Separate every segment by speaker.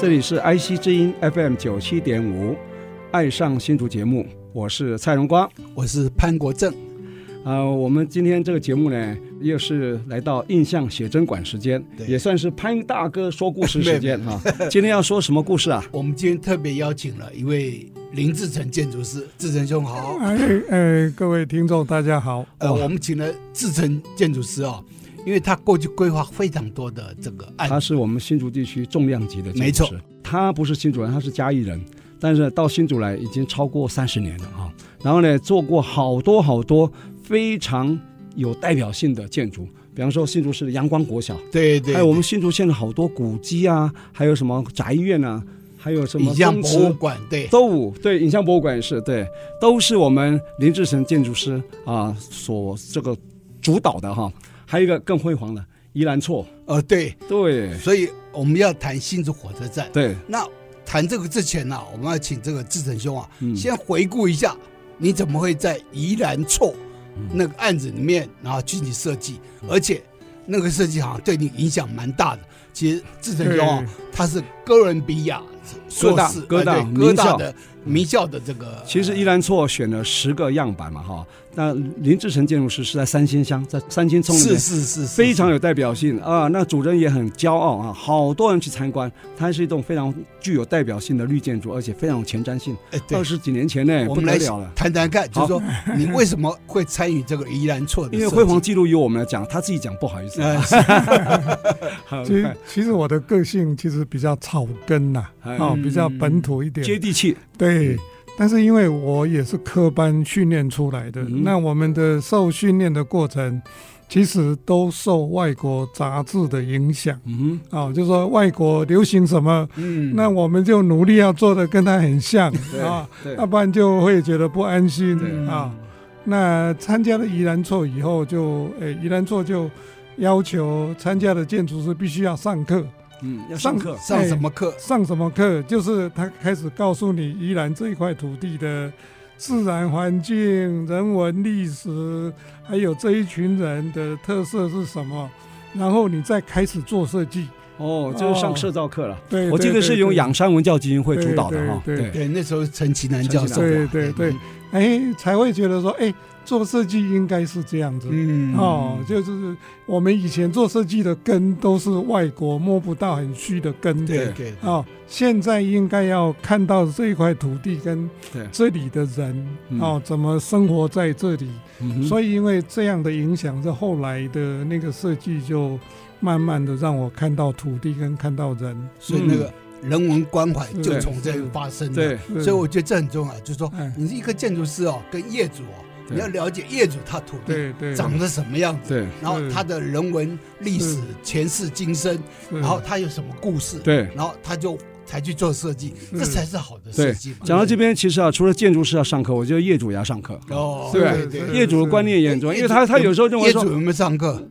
Speaker 1: 这里是 IC 之音 FM 九七点五，爱上新竹节目，我是蔡荣光。
Speaker 2: 我是潘国正。
Speaker 1: 啊、我们今天这个节目呢，又是来到印象写真馆时间，
Speaker 2: 对
Speaker 1: 也算是潘大哥说故事时 间哈、今天要说什么故事啊？
Speaker 2: 我们今天特别邀请了一位林志成建筑师，志成兄好。
Speaker 3: 哎哎，各位听众大家好，
Speaker 2: 呃，
Speaker 1: 哇
Speaker 2: 我们请了志成建筑师哦，因为他过去规划非常多的这个案
Speaker 1: 他
Speaker 2: 子，
Speaker 1: 是我们新竹地区重量级的建
Speaker 2: 哎没
Speaker 1: 筑
Speaker 2: 错
Speaker 1: 师，他不是新竹人，他是嘉义人，但是到新竹来已经超过三十年了啊。然后呢，做过好多好多非常有代表性的建筑，比方说新竹市的阳光国小，
Speaker 2: 对对，
Speaker 1: 啊还有我们新竹县的好多古迹啊，还有什么宅院啊，还有什么
Speaker 2: 影像
Speaker 1: 公
Speaker 2: 博物
Speaker 1: 祠。
Speaker 2: 馆，对，
Speaker 1: 周五对影像博物馆也是对，都是我们林志成建筑师啊所这个主导的哈。还有一个更辉煌的宜兰错，
Speaker 2: 呃对，
Speaker 1: 对
Speaker 2: 所以我们要谈新竹火车站。
Speaker 1: 对，
Speaker 2: 那谈这个之前呢、我们要请这个志成兄啊，
Speaker 1: 嗯
Speaker 2: 先回顾一下，你怎么会在宜兰错
Speaker 1: 嗯
Speaker 2: 那个案子里面，然后去你设计，而且那个设计好像对你影响蛮大的。其实志成兄啊，他是哥伦比亚硕士，
Speaker 1: 哥大
Speaker 2: 呃
Speaker 1: 哥大名校嗯
Speaker 2: 对哥大的名校的这个，
Speaker 1: 其实宜兰错选了十个样板嘛哈。那林志成建筑师是在三星乡，在三星村里面
Speaker 2: 是是是是
Speaker 1: 非常有代表性啊！那主人也很骄傲啊，好多人去参观。它是一栋非常具有代表性的绿建筑，而且非常有前瞻性。
Speaker 2: 哎
Speaker 1: 二
Speaker 2: 对。
Speaker 1: 十几年前呢，
Speaker 2: 我
Speaker 1: 不得
Speaker 2: 们来
Speaker 1: 了了。
Speaker 2: 谈谈看，就
Speaker 1: 好
Speaker 2: 是说你为什么会参与这个宜兰错的设
Speaker 1: 因
Speaker 2: 计？
Speaker 1: 为辉煌记录由我们来讲，他自己讲不好意思。啊
Speaker 2: 呃，
Speaker 1: 好
Speaker 3: 其
Speaker 1: 快
Speaker 3: 实其实我的个性其实比较草根呐、
Speaker 1: 哎
Speaker 3: 啊，比较本土
Speaker 1: 接
Speaker 3: 一点，
Speaker 1: 地气，
Speaker 3: 对。但是因为我也是科班训练出来的，
Speaker 1: 嗯
Speaker 3: 那我们的受训练的过程，其实都受外国杂志的影响
Speaker 1: 嗯
Speaker 3: 啊，就是说外国流行什么，
Speaker 1: 嗯
Speaker 3: 那我们就努力要做的跟他很像
Speaker 1: 对
Speaker 3: 啊，
Speaker 1: 对
Speaker 3: 要不然就会觉得不安心
Speaker 1: 对
Speaker 3: 啊。那参加了宜兰错以后就，呃，宜兰错就要求参加的建筑师必须要上课，
Speaker 1: 嗯要上课，
Speaker 2: 上什么课？
Speaker 3: 上什么课？就是他开始告诉你宜兰这一块土地的自然环境、人文历史，还有这一群人的特色是什么，然后你再开始做设计。
Speaker 1: 哦，就是上
Speaker 3: 哦
Speaker 1: 社造课了。
Speaker 3: 对，
Speaker 1: 我记得
Speaker 3: 对
Speaker 1: 是由仰。山文教基金会主导的
Speaker 3: 对
Speaker 1: 哈。
Speaker 3: 对对
Speaker 2: 对，那时候陈其南教授啊，
Speaker 3: 对对对，
Speaker 1: 嗯
Speaker 3: 哎，才会觉得说，哎，做设计应该是这样子。
Speaker 2: 嗯
Speaker 3: 哦，就是我们以前做设计的根都是外国摸不到很虚的根
Speaker 2: 对
Speaker 1: 对
Speaker 2: 对
Speaker 3: 哦，现在应该要看到这一块土地跟
Speaker 1: 对
Speaker 3: 这里的人
Speaker 1: 嗯
Speaker 3: 哦，怎么生活在这里，
Speaker 2: 嗯
Speaker 1: 对
Speaker 3: 所
Speaker 1: 以
Speaker 3: 以因为这样的影响，这后来的那个设计就慢慢的让我看到土地跟看到人，
Speaker 2: 所以那个人文关怀就从这里发生的。
Speaker 1: 嗯对
Speaker 3: 是
Speaker 2: 所以我觉得这很重要，就是说
Speaker 3: 哎
Speaker 2: 你是一个建筑师哦，跟业主哦，
Speaker 1: 对
Speaker 2: 你要了解业主他土地
Speaker 3: 对对
Speaker 2: 长得什么样子，
Speaker 1: 对
Speaker 2: 然后他的人文历史
Speaker 3: 是、
Speaker 2: 前世今生，
Speaker 3: 是
Speaker 2: 然后他有什么故事，
Speaker 1: 嗯对。
Speaker 2: 然后他就才去做设计，
Speaker 3: 嗯
Speaker 2: 这才是好的设
Speaker 1: 对
Speaker 2: 计嘛。
Speaker 1: 讲到这边，其实啊，除了建筑师要上课，我觉得业主也要上课。
Speaker 2: 哦，
Speaker 1: 对
Speaker 2: 对
Speaker 3: 是
Speaker 2: 对，
Speaker 1: 业主的观念也很重要，因为他他有时候认为
Speaker 2: 业
Speaker 1: 说
Speaker 2: 主有没有上课？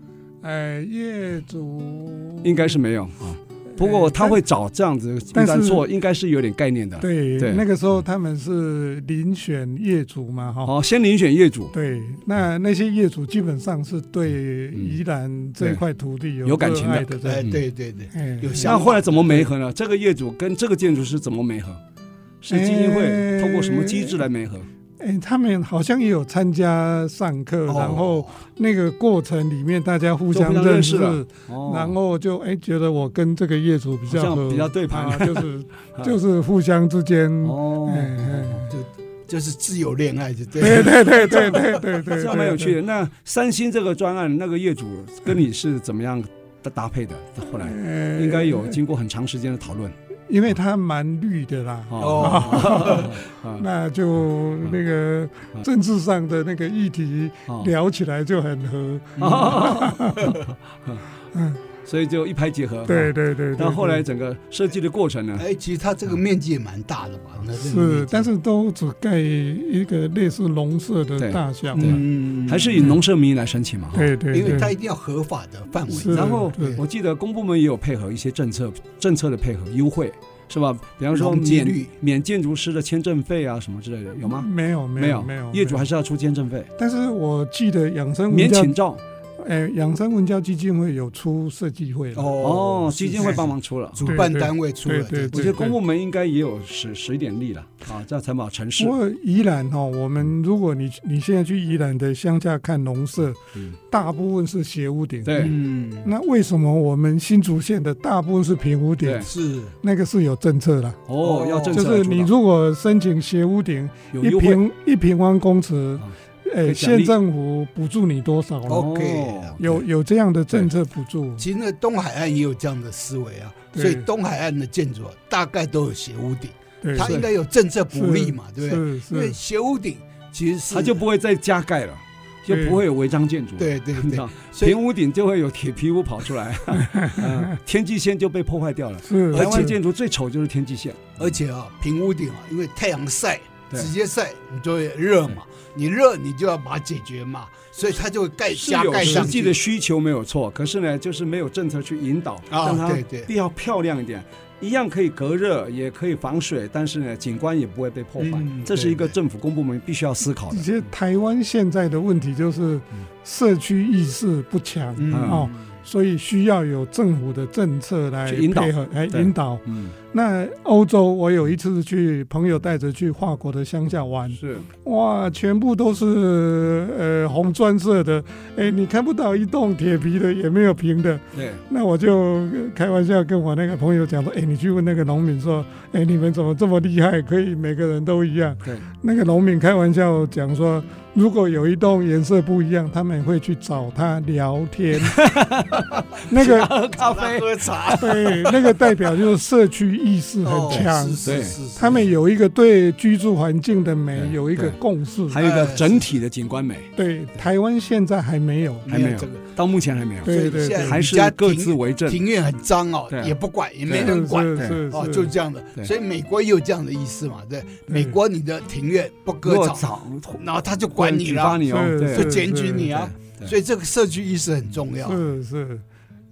Speaker 3: 哎业主
Speaker 1: 应该是没有啊，不过他会找这样子
Speaker 3: 但
Speaker 1: 但然
Speaker 3: 是
Speaker 1: 做，应该是有点概念的。
Speaker 3: 对
Speaker 1: 对
Speaker 3: 那个时
Speaker 2: 嗯
Speaker 3: 候他们是遴选业主嘛哈。
Speaker 1: 好，先遴选业主，
Speaker 3: 对，那那些业主基本上是对宜兰这块土地
Speaker 1: 嗯有
Speaker 3: 有
Speaker 1: 感
Speaker 3: 热
Speaker 1: 情的
Speaker 3: 爱的
Speaker 2: 哎，
Speaker 1: 嗯
Speaker 3: 人，
Speaker 2: 对对对，
Speaker 3: 哎
Speaker 2: 有想
Speaker 1: 那
Speaker 2: 法
Speaker 1: 后来怎么媒合呢？这个业主跟这个建筑师怎么媒合？是基金会
Speaker 3: 哎
Speaker 1: 通过什么机制来媒合？
Speaker 3: 哎，他们好像也有参加上
Speaker 1: 嗯
Speaker 3: 课，
Speaker 2: 哦
Speaker 3: 然后那个过程里面大家互
Speaker 1: 就
Speaker 3: 相
Speaker 1: 互相认
Speaker 3: 认
Speaker 1: 识
Speaker 3: 识，
Speaker 1: 了哦，
Speaker 3: 然后就哎觉得我跟这个业主比较
Speaker 1: 好像
Speaker 3: 合
Speaker 1: 比较对盘
Speaker 3: 啊， 就是就是互相之间，
Speaker 1: 哦，
Speaker 3: 哎哎，
Speaker 2: 就是自由恋爱，就对了。
Speaker 3: 对 对对对对对对，
Speaker 1: 这样蛮有趣的。那三星这个专案，那个业主跟你是怎么样搭搭配的？后来
Speaker 3: 对，对
Speaker 1: 应该有经过很长时间的讨论。
Speaker 3: 因为它蛮绿的啦。
Speaker 2: 哦，
Speaker 3: 那就那个政治上的那个议题
Speaker 1: 哦
Speaker 3: 聊起来就很合，
Speaker 1: 所以就一拍即合。
Speaker 3: 对。对对。
Speaker 1: 但
Speaker 3: 对
Speaker 1: 哦后来
Speaker 3: 对
Speaker 1: 整个设计的过程呢，
Speaker 2: 哎，其实它这个面积也蛮大的吧？那这个面
Speaker 3: 是，
Speaker 2: 积
Speaker 3: 但是都只盖一个类似农舍的
Speaker 1: 对
Speaker 3: 大小嘛，
Speaker 2: 嗯，
Speaker 1: 还是以农舍名义来申请嘛。哈
Speaker 3: 对对对，
Speaker 2: 因为它一定要合法的范围。
Speaker 3: 是
Speaker 1: 然后
Speaker 3: 对
Speaker 1: 我记得公部门也有配合一些政策，政策的配合优惠是吧？比方说
Speaker 2: 容积
Speaker 1: 免
Speaker 2: 率
Speaker 1: 免建筑师的签证费啊什么之类的，有吗？
Speaker 3: 没有没有
Speaker 1: 有，
Speaker 3: 没有，
Speaker 1: 业主还是要出签证费，
Speaker 3: 但是我记得养生文
Speaker 1: 免
Speaker 3: 教
Speaker 1: 请，照
Speaker 3: 哎，养生文教基金会有出设计会了，
Speaker 1: 哦，基金会帮忙出了。
Speaker 2: 主办单位出了，
Speaker 3: 对对
Speaker 1: 我觉得公部门应该也有使使一点力了啊，这样才把城市
Speaker 3: 不过宜兰哈、哦，我们如果你你现在去宜兰的乡下看农舍，
Speaker 1: 嗯
Speaker 3: 大部分是斜屋顶。
Speaker 1: 对
Speaker 2: 嗯，
Speaker 3: 那为什么我们新竹县的大部分是平屋顶
Speaker 1: 对？
Speaker 2: 是
Speaker 3: 那个是有政策的，
Speaker 1: 哦，要政
Speaker 3: 就
Speaker 1: 策
Speaker 3: 是
Speaker 1: 主
Speaker 3: 你
Speaker 1: 导
Speaker 3: 如果申请斜屋顶，
Speaker 1: 有
Speaker 3: 一
Speaker 1: 优惠
Speaker 3: 平一平方公尺
Speaker 1: 啊，
Speaker 3: 呃、
Speaker 1: 可以奖励
Speaker 3: 县政府补助你多少了？
Speaker 1: 哦
Speaker 2: OK，
Speaker 3: 有有这样的政策补助，
Speaker 2: 其实呢，东海岸也有这样的思维啊，
Speaker 3: 对
Speaker 2: 所以东海岸的建筑啊大概都有斜屋顶，
Speaker 3: 对，
Speaker 2: 它
Speaker 3: 是
Speaker 2: 应该有政策鼓励嘛，对不对？
Speaker 3: 是
Speaker 2: 因为
Speaker 3: 是
Speaker 2: 斜屋顶其实是
Speaker 1: 它就不会再加盖了，就不会有违章建筑。
Speaker 2: 对对
Speaker 1: 你知
Speaker 2: 对，
Speaker 1: 道，
Speaker 2: 所以
Speaker 1: 平屋顶就会有铁皮屋跑出来， 嗯天际线就被破坏掉了。
Speaker 3: 是，
Speaker 1: 台
Speaker 2: 而
Speaker 1: 湾
Speaker 2: 且
Speaker 1: 建筑最丑就是天际线，
Speaker 2: 而且啊，平屋顶啊，因为太阳晒，
Speaker 1: 对
Speaker 2: 直接晒你就会热嘛，你热你就要把它解决嘛，所以它就会盖
Speaker 1: 是
Speaker 2: 哎加
Speaker 1: 有
Speaker 2: 盖
Speaker 1: 实
Speaker 2: 上
Speaker 1: 际
Speaker 2: 去
Speaker 1: 的需求没有错，可是呢，就是没有政策去引导，
Speaker 2: 啊
Speaker 1: 让它
Speaker 2: 对对
Speaker 1: 比较漂亮一点，一样可以隔热，也可以防水，但是呢，景观也不会被破坏
Speaker 2: 嗯。
Speaker 1: 这是一个
Speaker 2: 对对
Speaker 1: 政府公部门必须要思考的
Speaker 3: 其。实台湾现在的问题就是
Speaker 1: 嗯
Speaker 3: 社区意识不强，
Speaker 2: 嗯
Speaker 3: 哦，所以需要有政府的政策来
Speaker 1: 去引导
Speaker 3: 配合，来
Speaker 1: 对
Speaker 3: 引导。
Speaker 1: 嗯，
Speaker 3: 那欧洲，我有一次去朋友带着去法国的乡下玩，
Speaker 1: 是
Speaker 3: 哇，全部都是呃红砖色的，哎，你看不到一栋铁皮的，也没有平的。
Speaker 1: 对，
Speaker 3: 那我就呃开玩笑跟我那个朋友讲说，哎，你去问那个农民说，哎，你们怎么这么厉害，可以每个人都一样？
Speaker 1: 对，
Speaker 2: 嗯
Speaker 3: 那个农民开哎玩笑讲说，哎如果有一栋颜色不一样，他们会去找他聊 天。那个
Speaker 1: 喝咖
Speaker 2: 他
Speaker 1: 啡，
Speaker 2: 喝茶，
Speaker 3: 对，那个代表就是社区意识
Speaker 2: 哦
Speaker 3: 很强
Speaker 2: 是，是是是
Speaker 3: 他们有一个对居住环境的美
Speaker 1: 对
Speaker 3: 有一个共识。
Speaker 1: 还有一个
Speaker 2: 呃
Speaker 1: 整体的景观美，
Speaker 3: 对，台湾现在还没有。
Speaker 1: 还没
Speaker 2: 这
Speaker 1: 有
Speaker 2: 个，
Speaker 1: 到目前还没有，
Speaker 3: 对
Speaker 2: 所以现在
Speaker 1: 还是
Speaker 2: 人家
Speaker 1: 各
Speaker 2: 庭
Speaker 1: 自为政。
Speaker 2: 庭院很脏哦
Speaker 1: 对，
Speaker 2: 也不管，也没
Speaker 1: 对
Speaker 2: 人管。
Speaker 3: 是
Speaker 1: 对
Speaker 3: 是
Speaker 2: 哦，
Speaker 3: 是，
Speaker 2: 就是这样的，
Speaker 1: 对
Speaker 2: 所以美国也有这样的意思嘛，对，美国你的庭院不
Speaker 1: 如
Speaker 2: 割
Speaker 1: 果
Speaker 2: 草，
Speaker 1: 早
Speaker 2: 然后他就管你
Speaker 1: 举发
Speaker 2: 了，
Speaker 1: 你哦，
Speaker 3: 是
Speaker 1: 对
Speaker 3: 是
Speaker 2: 就检举你啊，
Speaker 1: 对对
Speaker 2: 所以这个社区意识很重要。
Speaker 3: 是是。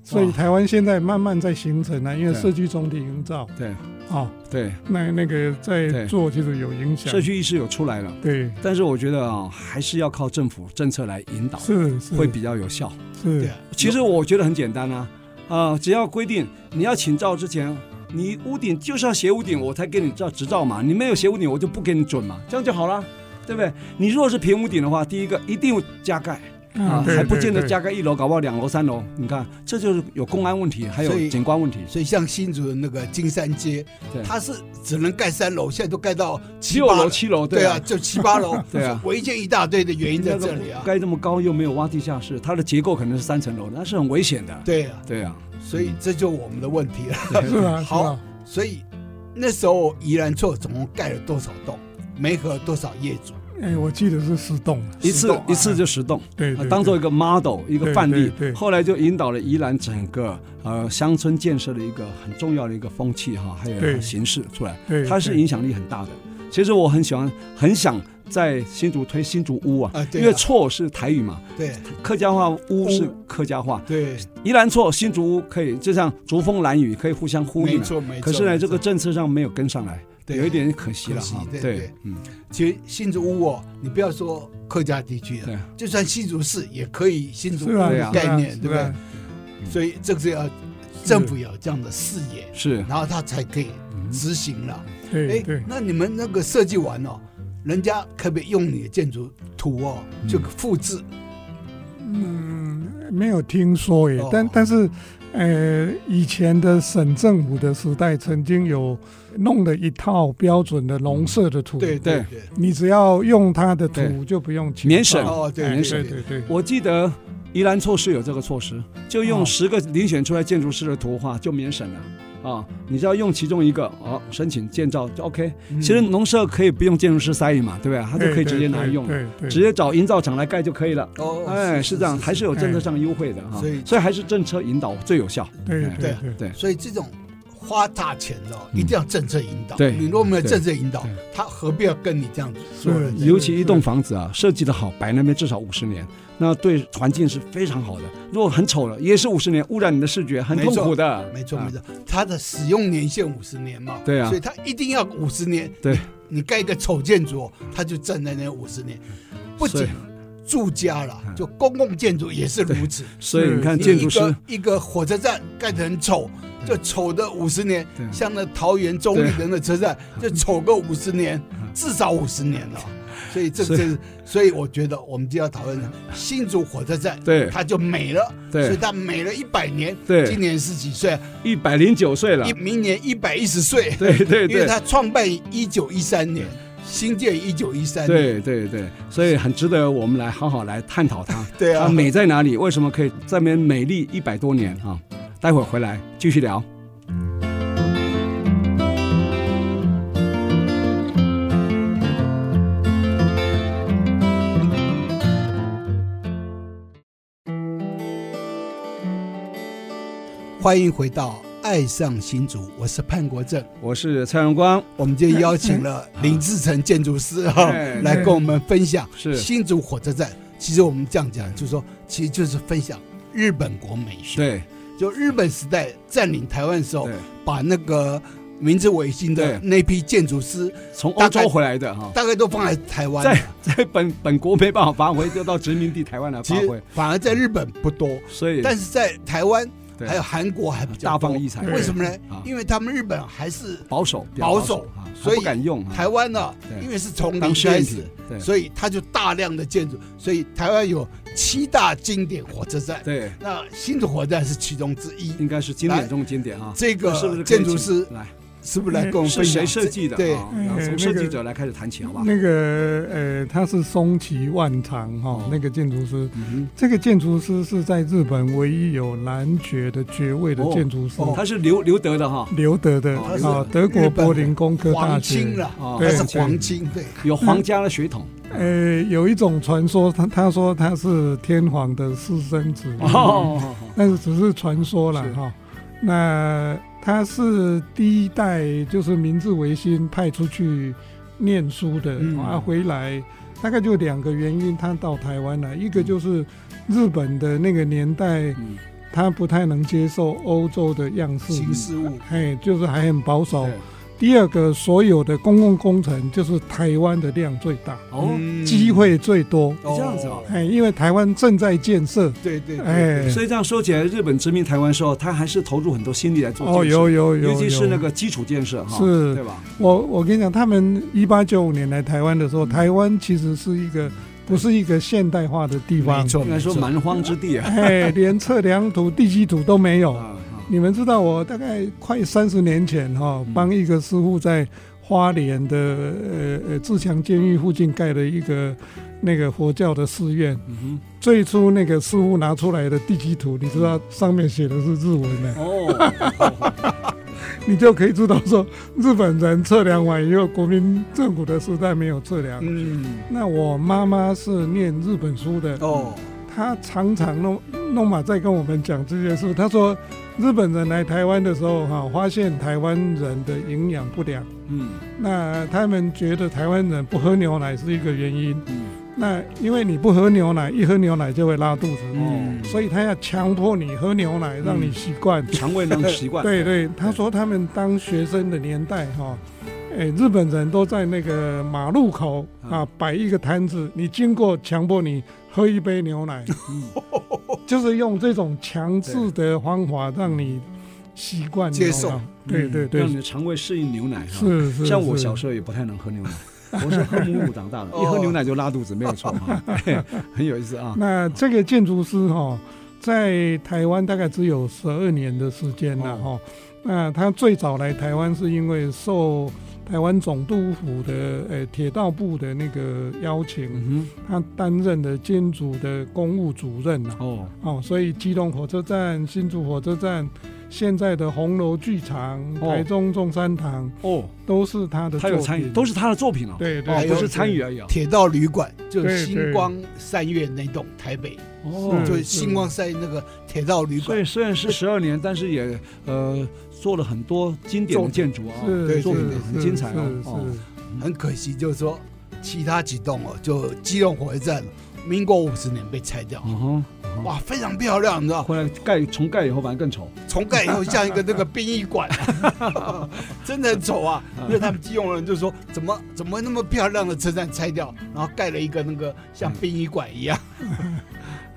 Speaker 3: 所以台湾现在慢慢在形成了，因为
Speaker 1: 对
Speaker 3: 社区总体营造
Speaker 1: 对
Speaker 3: 啊，
Speaker 1: 对，
Speaker 3: 那那个在
Speaker 1: 对
Speaker 3: 做就是有影响
Speaker 1: 社。区意识有出来了，
Speaker 3: 对，
Speaker 1: 但是我觉得啊，还是要靠政府政策来引导，
Speaker 3: 是是
Speaker 1: 会比较有效。
Speaker 3: 是
Speaker 2: 对啊，
Speaker 1: 其实我觉得很简单啊，啊、只要规定你要请照之前，你屋顶就是要斜屋顶，我才给你照执照嘛。你没有斜屋顶，我就不给你准嘛，这样就好了，对不对？你如果是平屋顶的话，第一个一定有加盖啊，
Speaker 3: 嗯对
Speaker 1: 还不
Speaker 3: 对
Speaker 1: 见得
Speaker 3: 对
Speaker 1: 加盖一楼，搞不好两楼、三楼。你看，这就是有公安问题，还
Speaker 2: 所
Speaker 1: 有
Speaker 2: 以
Speaker 1: 景观问题。
Speaker 2: 所以像新竹的那个金山街
Speaker 1: 对，
Speaker 2: 它是只能盖三楼，现在都盖到七
Speaker 1: 六
Speaker 2: 八
Speaker 1: 楼、七楼，
Speaker 2: 对
Speaker 1: 啊
Speaker 2: 啊，，就七八楼
Speaker 1: ，对啊
Speaker 2: 违建一大堆的原因在
Speaker 1: 那
Speaker 2: 这
Speaker 1: 个
Speaker 2: 里啊，
Speaker 1: 该这么高又没有挖地下室，它的结构可能是三层楼，那是很危险的。
Speaker 2: 对啊，
Speaker 1: 对啊，
Speaker 2: 所以这就我们的问题了。
Speaker 3: 是啊，
Speaker 2: 好
Speaker 3: 是啊
Speaker 2: 所以那时候宜兰厝总共盖了多少栋，没合多少业主，
Speaker 3: 哎，我记得是十栋了，
Speaker 1: 一
Speaker 2: 十
Speaker 1: 次
Speaker 2: 栋啊
Speaker 1: 一次就十栋，
Speaker 3: 对，
Speaker 1: 啊
Speaker 3: 对
Speaker 1: 当做一
Speaker 3: 对
Speaker 1: 个 model 一个范例
Speaker 3: 对对，
Speaker 1: 后来就引导了宜兰整个呃乡村建设的一个很重要的一个风气哈，还有
Speaker 3: 对
Speaker 1: 形式出来，
Speaker 3: 对
Speaker 1: 它是
Speaker 3: 对
Speaker 1: 影响力很大的。其实我很喜欢，很想在新竹推新竹屋啊，
Speaker 2: 啊对啊
Speaker 1: 因为错是台语嘛，
Speaker 2: 对
Speaker 1: 客家话屋是客家话，
Speaker 2: 对，
Speaker 1: 宜兰错新竹屋可以，就像竹风兰语可以互相呼
Speaker 2: 没
Speaker 1: 应啊。
Speaker 2: 错没错。
Speaker 1: 可是呢，
Speaker 2: 没
Speaker 1: 这
Speaker 2: 错
Speaker 1: 个政策上没有跟上来，
Speaker 2: 对
Speaker 1: 有一点可惜了哈
Speaker 2: 可。惜对
Speaker 1: 对
Speaker 2: 对，
Speaker 1: 嗯，
Speaker 2: 其实新竹屋哦，你不要说客家地区
Speaker 1: 对
Speaker 2: 了，就算新竹市也可以新竹
Speaker 3: 是
Speaker 2: 屋
Speaker 3: 啊，
Speaker 1: 对
Speaker 3: 是
Speaker 2: 的
Speaker 3: 啊
Speaker 2: 概念，对不？
Speaker 3: 是啊
Speaker 2: 对？所以这个是要政府有这样的视野，
Speaker 1: 是
Speaker 2: 然后他才可以执行了。
Speaker 3: 对
Speaker 2: 哎
Speaker 3: 嗯对，，
Speaker 2: 那你们那个设计完哦，人家可不可以用你的建筑图哦，就复制？
Speaker 3: 嗯，没有听说耶
Speaker 2: 哦，
Speaker 3: 但但是，呃，以前的省政府的时代，曾经有弄了一套标准的农舍的图，
Speaker 2: 对对
Speaker 1: 对
Speaker 2: 对，
Speaker 3: 你只要用它的图
Speaker 1: 对
Speaker 3: 就不用请
Speaker 1: 免审
Speaker 3: 照
Speaker 2: 哦对
Speaker 3: 哎
Speaker 2: 免
Speaker 3: 对
Speaker 2: 审
Speaker 3: 对对，
Speaker 1: 我记得宜兰措施有这个措施，就用
Speaker 3: 哦
Speaker 1: 十个遴选出来建筑师的图画就免审了。啊，你只要用其中一个哦，申请建造就 OK。其实农舍可以不用建筑师塞印嘛，对不对？他就可以直接拿来用，
Speaker 3: 对对，
Speaker 1: 直接找营造厂来盖就可以了。
Speaker 2: 哦
Speaker 1: 哎，是这样，还是有政策上优惠的哈
Speaker 2: 所以，
Speaker 1: 所以还是政策引导最有效。
Speaker 3: 对
Speaker 1: 哎
Speaker 3: 对
Speaker 2: 对
Speaker 3: 对
Speaker 1: 对
Speaker 2: 所以这种花大钱的哦，
Speaker 1: 嗯
Speaker 2: 一定要政策引导。
Speaker 1: 对
Speaker 2: 你若没有政策引导
Speaker 1: 对，
Speaker 2: 他何必要跟你这样子说呢？
Speaker 3: 对
Speaker 1: 尤其一栋房子啊，设计的好，摆那边至少五十年，那对环境是非常好的。如果很丑了，也是五十年，污染你的视觉，很痛苦的。
Speaker 2: 没错
Speaker 1: 啊
Speaker 2: 没错，它的使用年限五十年嘛，
Speaker 1: 对啊
Speaker 2: 所以它一定要五十年。
Speaker 1: 对
Speaker 2: 你，你盖一个丑建筑哦，它就站在那五十年，不
Speaker 1: 嗯所以
Speaker 2: 仅住家了
Speaker 1: 嗯，
Speaker 2: 就公共建筑也是如此。
Speaker 1: 所以你看
Speaker 2: 你
Speaker 1: 建筑师
Speaker 2: 一个一个火车站盖得很丑，就丑的五十年
Speaker 1: 对，
Speaker 2: 像那桃园中立的那车站就丑个五十年，至少五十年了。所以这
Speaker 1: 嗯所以
Speaker 2: 这，所以我觉得我们就要讨论了新竹火车站，
Speaker 1: 对
Speaker 2: 它就美了，
Speaker 1: 对
Speaker 2: 所以它美了一百年，
Speaker 1: 对
Speaker 2: 今年是几岁？
Speaker 1: 一百零九岁了
Speaker 2: 一，明年一百一十岁，
Speaker 1: 对对
Speaker 2: 因为
Speaker 1: 对。
Speaker 2: 它创办一九一三年，新建一九一三
Speaker 1: 对
Speaker 2: 年，
Speaker 1: 对对，所以很值得我们来好好来探讨它，
Speaker 2: 对啊
Speaker 1: 它，美在哪里？为什么可以这边美丽一百多年啊？待会儿回来继续聊。
Speaker 2: 欢迎回到《爱上新竹》，我是潘国正。
Speaker 1: 我是蔡荣光，
Speaker 2: 我们今天邀请了
Speaker 1: 嗯
Speaker 2: 林志成建筑师哈、
Speaker 1: 哎
Speaker 2: 来跟我们分享
Speaker 1: 是
Speaker 2: 新竹火车站。其实我们这样讲，就是说，其实就是分享日本国美学。
Speaker 1: 对
Speaker 2: 就日本时代占领台湾的时候
Speaker 1: 对，，
Speaker 2: 把那个明治维新的
Speaker 1: 对
Speaker 2: 那批建筑师，
Speaker 1: 从欧
Speaker 2: 大概
Speaker 1: 洲回来的哈，
Speaker 2: 大概都放在台湾。
Speaker 1: 在在本本国没办法发挥，就到殖民地台湾来
Speaker 2: 其
Speaker 1: 发
Speaker 2: 实
Speaker 1: 挥，
Speaker 2: 反而在日本不多，
Speaker 1: 所以
Speaker 2: 但是在台湾
Speaker 1: 对
Speaker 2: 还有韩国还比较
Speaker 1: 大
Speaker 2: 多
Speaker 1: 放异彩。
Speaker 2: 为什么呢
Speaker 1: 啊？
Speaker 2: 因为他们日本还是
Speaker 1: 保守？比较
Speaker 2: 保
Speaker 1: 保
Speaker 2: 守
Speaker 1: 啊，
Speaker 2: 所以
Speaker 1: 还不敢用啊
Speaker 2: 台湾呢
Speaker 1: 对，
Speaker 2: 因为是从零
Speaker 1: 当试验
Speaker 2: 开始
Speaker 1: 品。。对
Speaker 2: 所以它就大量的建筑，所以台湾有七大经典火车站，
Speaker 1: 对，
Speaker 2: 那新竹火车站是其中之一。
Speaker 1: 应该是经典中的经典啊。
Speaker 2: 这
Speaker 1: 那是不
Speaker 2: 个
Speaker 1: 是
Speaker 2: 建筑师
Speaker 1: 可以请来嗯
Speaker 2: 是不是来跟我们
Speaker 1: 是
Speaker 2: 分享
Speaker 1: 谁
Speaker 2: 这？
Speaker 1: 设计的？
Speaker 2: 对，
Speaker 1: 啊然后
Speaker 3: 哎那
Speaker 1: 从
Speaker 3: 个
Speaker 1: 设计者来开始谈起，好不好？
Speaker 3: 那个呃，他是松崎万长哈、
Speaker 1: 哦
Speaker 3: 那个建筑师。
Speaker 1: 嗯
Speaker 3: 这个建筑师是在日本唯一有男爵的爵位的
Speaker 2: 哦
Speaker 3: 建筑师，
Speaker 1: 哼，嗯他是留留德的哈，
Speaker 3: 刘德的
Speaker 1: 哦
Speaker 3: 啊、
Speaker 1: 他是
Speaker 3: 德国柏林工科大
Speaker 2: 皇
Speaker 3: 学
Speaker 2: 亲。了，
Speaker 1: 啊
Speaker 2: 它
Speaker 3: 对
Speaker 2: 是皇亲，对，
Speaker 1: 有皇家的血统。
Speaker 3: 呃，有一种传说，他他说他是天皇的私生子，
Speaker 2: 嗯
Speaker 1: 哦，
Speaker 3: 但是只是传说了
Speaker 1: 是
Speaker 3: 哈。那他是第一代，就是明治维新派出去念书的，
Speaker 1: 嗯
Speaker 3: 啊，回来大概就两个原因，他到台湾来，一个就是日本的那个年代，
Speaker 1: 嗯，
Speaker 3: 他不太能接受欧洲的样式，
Speaker 2: 新事物，
Speaker 3: 哎，就是还很保
Speaker 2: 哦
Speaker 3: 守。
Speaker 1: 对
Speaker 3: 第二个，所有的公共工程就是台湾的量最大，
Speaker 1: 哦，
Speaker 2: 嗯
Speaker 3: 机会最多。
Speaker 1: 这样子哦
Speaker 3: 哎，因为台湾正在建设，
Speaker 2: 对对对，
Speaker 3: 哎，
Speaker 1: 所以这样说起来，日本殖民台湾的时候，他还是投入很多心力来做
Speaker 3: 哦，
Speaker 1: 建设
Speaker 3: 有有有，
Speaker 1: 尤其是
Speaker 3: 有
Speaker 1: 那个基础建设哈，
Speaker 3: 是
Speaker 1: 对吧？
Speaker 3: 我我跟你讲，他们一八九五年来台湾的时候，
Speaker 1: 嗯
Speaker 3: 台湾其实是一个不是一个现代化的地
Speaker 2: 没
Speaker 3: 方，
Speaker 2: 错，
Speaker 1: 应该
Speaker 2: 没
Speaker 1: 说
Speaker 2: 错，
Speaker 1: 蛮荒之地啊。
Speaker 3: 哎，连测量图、地基图都没有。
Speaker 1: 啊啊
Speaker 3: 你们知道，我大概快三十年前哈、
Speaker 1: 嗯
Speaker 3: 帮一个师傅在花莲的呃呃自强监狱附近盖了一个那个佛教的寺院。
Speaker 1: 嗯
Speaker 3: 最初那个师傅拿出来的地基图，你知道上面写的是日文的
Speaker 1: 哼，，哦，
Speaker 3: 你就可以知道说日本人测量完以后，国民政府的时代没有测量。
Speaker 2: 嗯，
Speaker 3: 那我妈妈是念日本书的，
Speaker 2: 哦，
Speaker 3: 她常常弄弄嘛在跟我们讲这件事。她说，日本人来台湾的时候，哈、发现台湾人的营养不良，
Speaker 1: 嗯
Speaker 3: 那他们觉得台湾人不喝牛奶是一个原因。
Speaker 1: 嗯，
Speaker 3: 那因为你不喝牛奶，一喝牛奶就会拉肚子，
Speaker 1: 嗯
Speaker 3: 所以他要强迫你喝牛奶，让你习惯。
Speaker 1: 肠胃能习惯。
Speaker 3: 对对，他说他们当学生的年代哈、哎，日本人都在那个马路口啊
Speaker 1: 嗯
Speaker 3: 摆一个摊子，你经过强迫你喝一杯牛奶，
Speaker 1: 嗯，
Speaker 3: 就是用这种强制的方法让你习惯
Speaker 2: 接受
Speaker 3: 牛奶。对对
Speaker 1: 嗯让你
Speaker 3: 对，
Speaker 1: 的肠胃适应牛奶哈。
Speaker 3: 是是。
Speaker 1: 像我小
Speaker 3: 候，
Speaker 1: 时候也不太能喝 牛奶，我是喝母乳长大的，
Speaker 2: 哦
Speaker 1: 一喝牛奶就拉肚子，没有错哈，嘿
Speaker 3: 哦
Speaker 1: 很有意思啊。
Speaker 3: 那这个建筑师哈、在台湾大概只有十二年的时间了
Speaker 1: 哦
Speaker 3: 哈、那他最早来台湾是因为受台湾总督府的呃铁道部的那个邀请，
Speaker 1: 嗯
Speaker 3: 他担任的建筑的公务主任啊
Speaker 1: 哼，，哦，
Speaker 3: 哦，所以基隆火车站、新竹火车站、现在的红楼剧场、
Speaker 1: 哦
Speaker 3: 台中中山堂
Speaker 1: 哦，
Speaker 3: 都是他的
Speaker 1: 他
Speaker 3: 作
Speaker 1: 有
Speaker 3: 品，
Speaker 1: 参与，都是他的作品啊，
Speaker 3: 对
Speaker 1: 哦
Speaker 3: 对，，
Speaker 1: 不是参与而已啊。
Speaker 2: 铁道旅馆就
Speaker 3: 对
Speaker 2: 是星光三月那栋台北，
Speaker 1: 哦，
Speaker 2: 就是星光三月那个铁道旅
Speaker 1: 所
Speaker 2: 馆
Speaker 1: 以，虽然是十二年，但是也呃做了很多经典的建筑啊，
Speaker 3: 是
Speaker 2: 对
Speaker 1: 作品
Speaker 3: 是
Speaker 1: 很精彩啊
Speaker 3: 是
Speaker 1: 哦
Speaker 3: 是
Speaker 2: 很可惜就是说其他几栋哦，就基隆火车站，民国五十年被拆掉，
Speaker 1: 嗯哼，
Speaker 2: 哇，非常漂亮，你知道，
Speaker 1: 后啊来盖重盖以后反而更丑，
Speaker 2: 重盖以后像一个那个殡仪馆， 真的很丑啊！
Speaker 1: 嗯
Speaker 2: 因为他们基隆人就说，怎么怎么那么漂亮的车站拆掉，然后盖了一个那个像殡仪馆一样，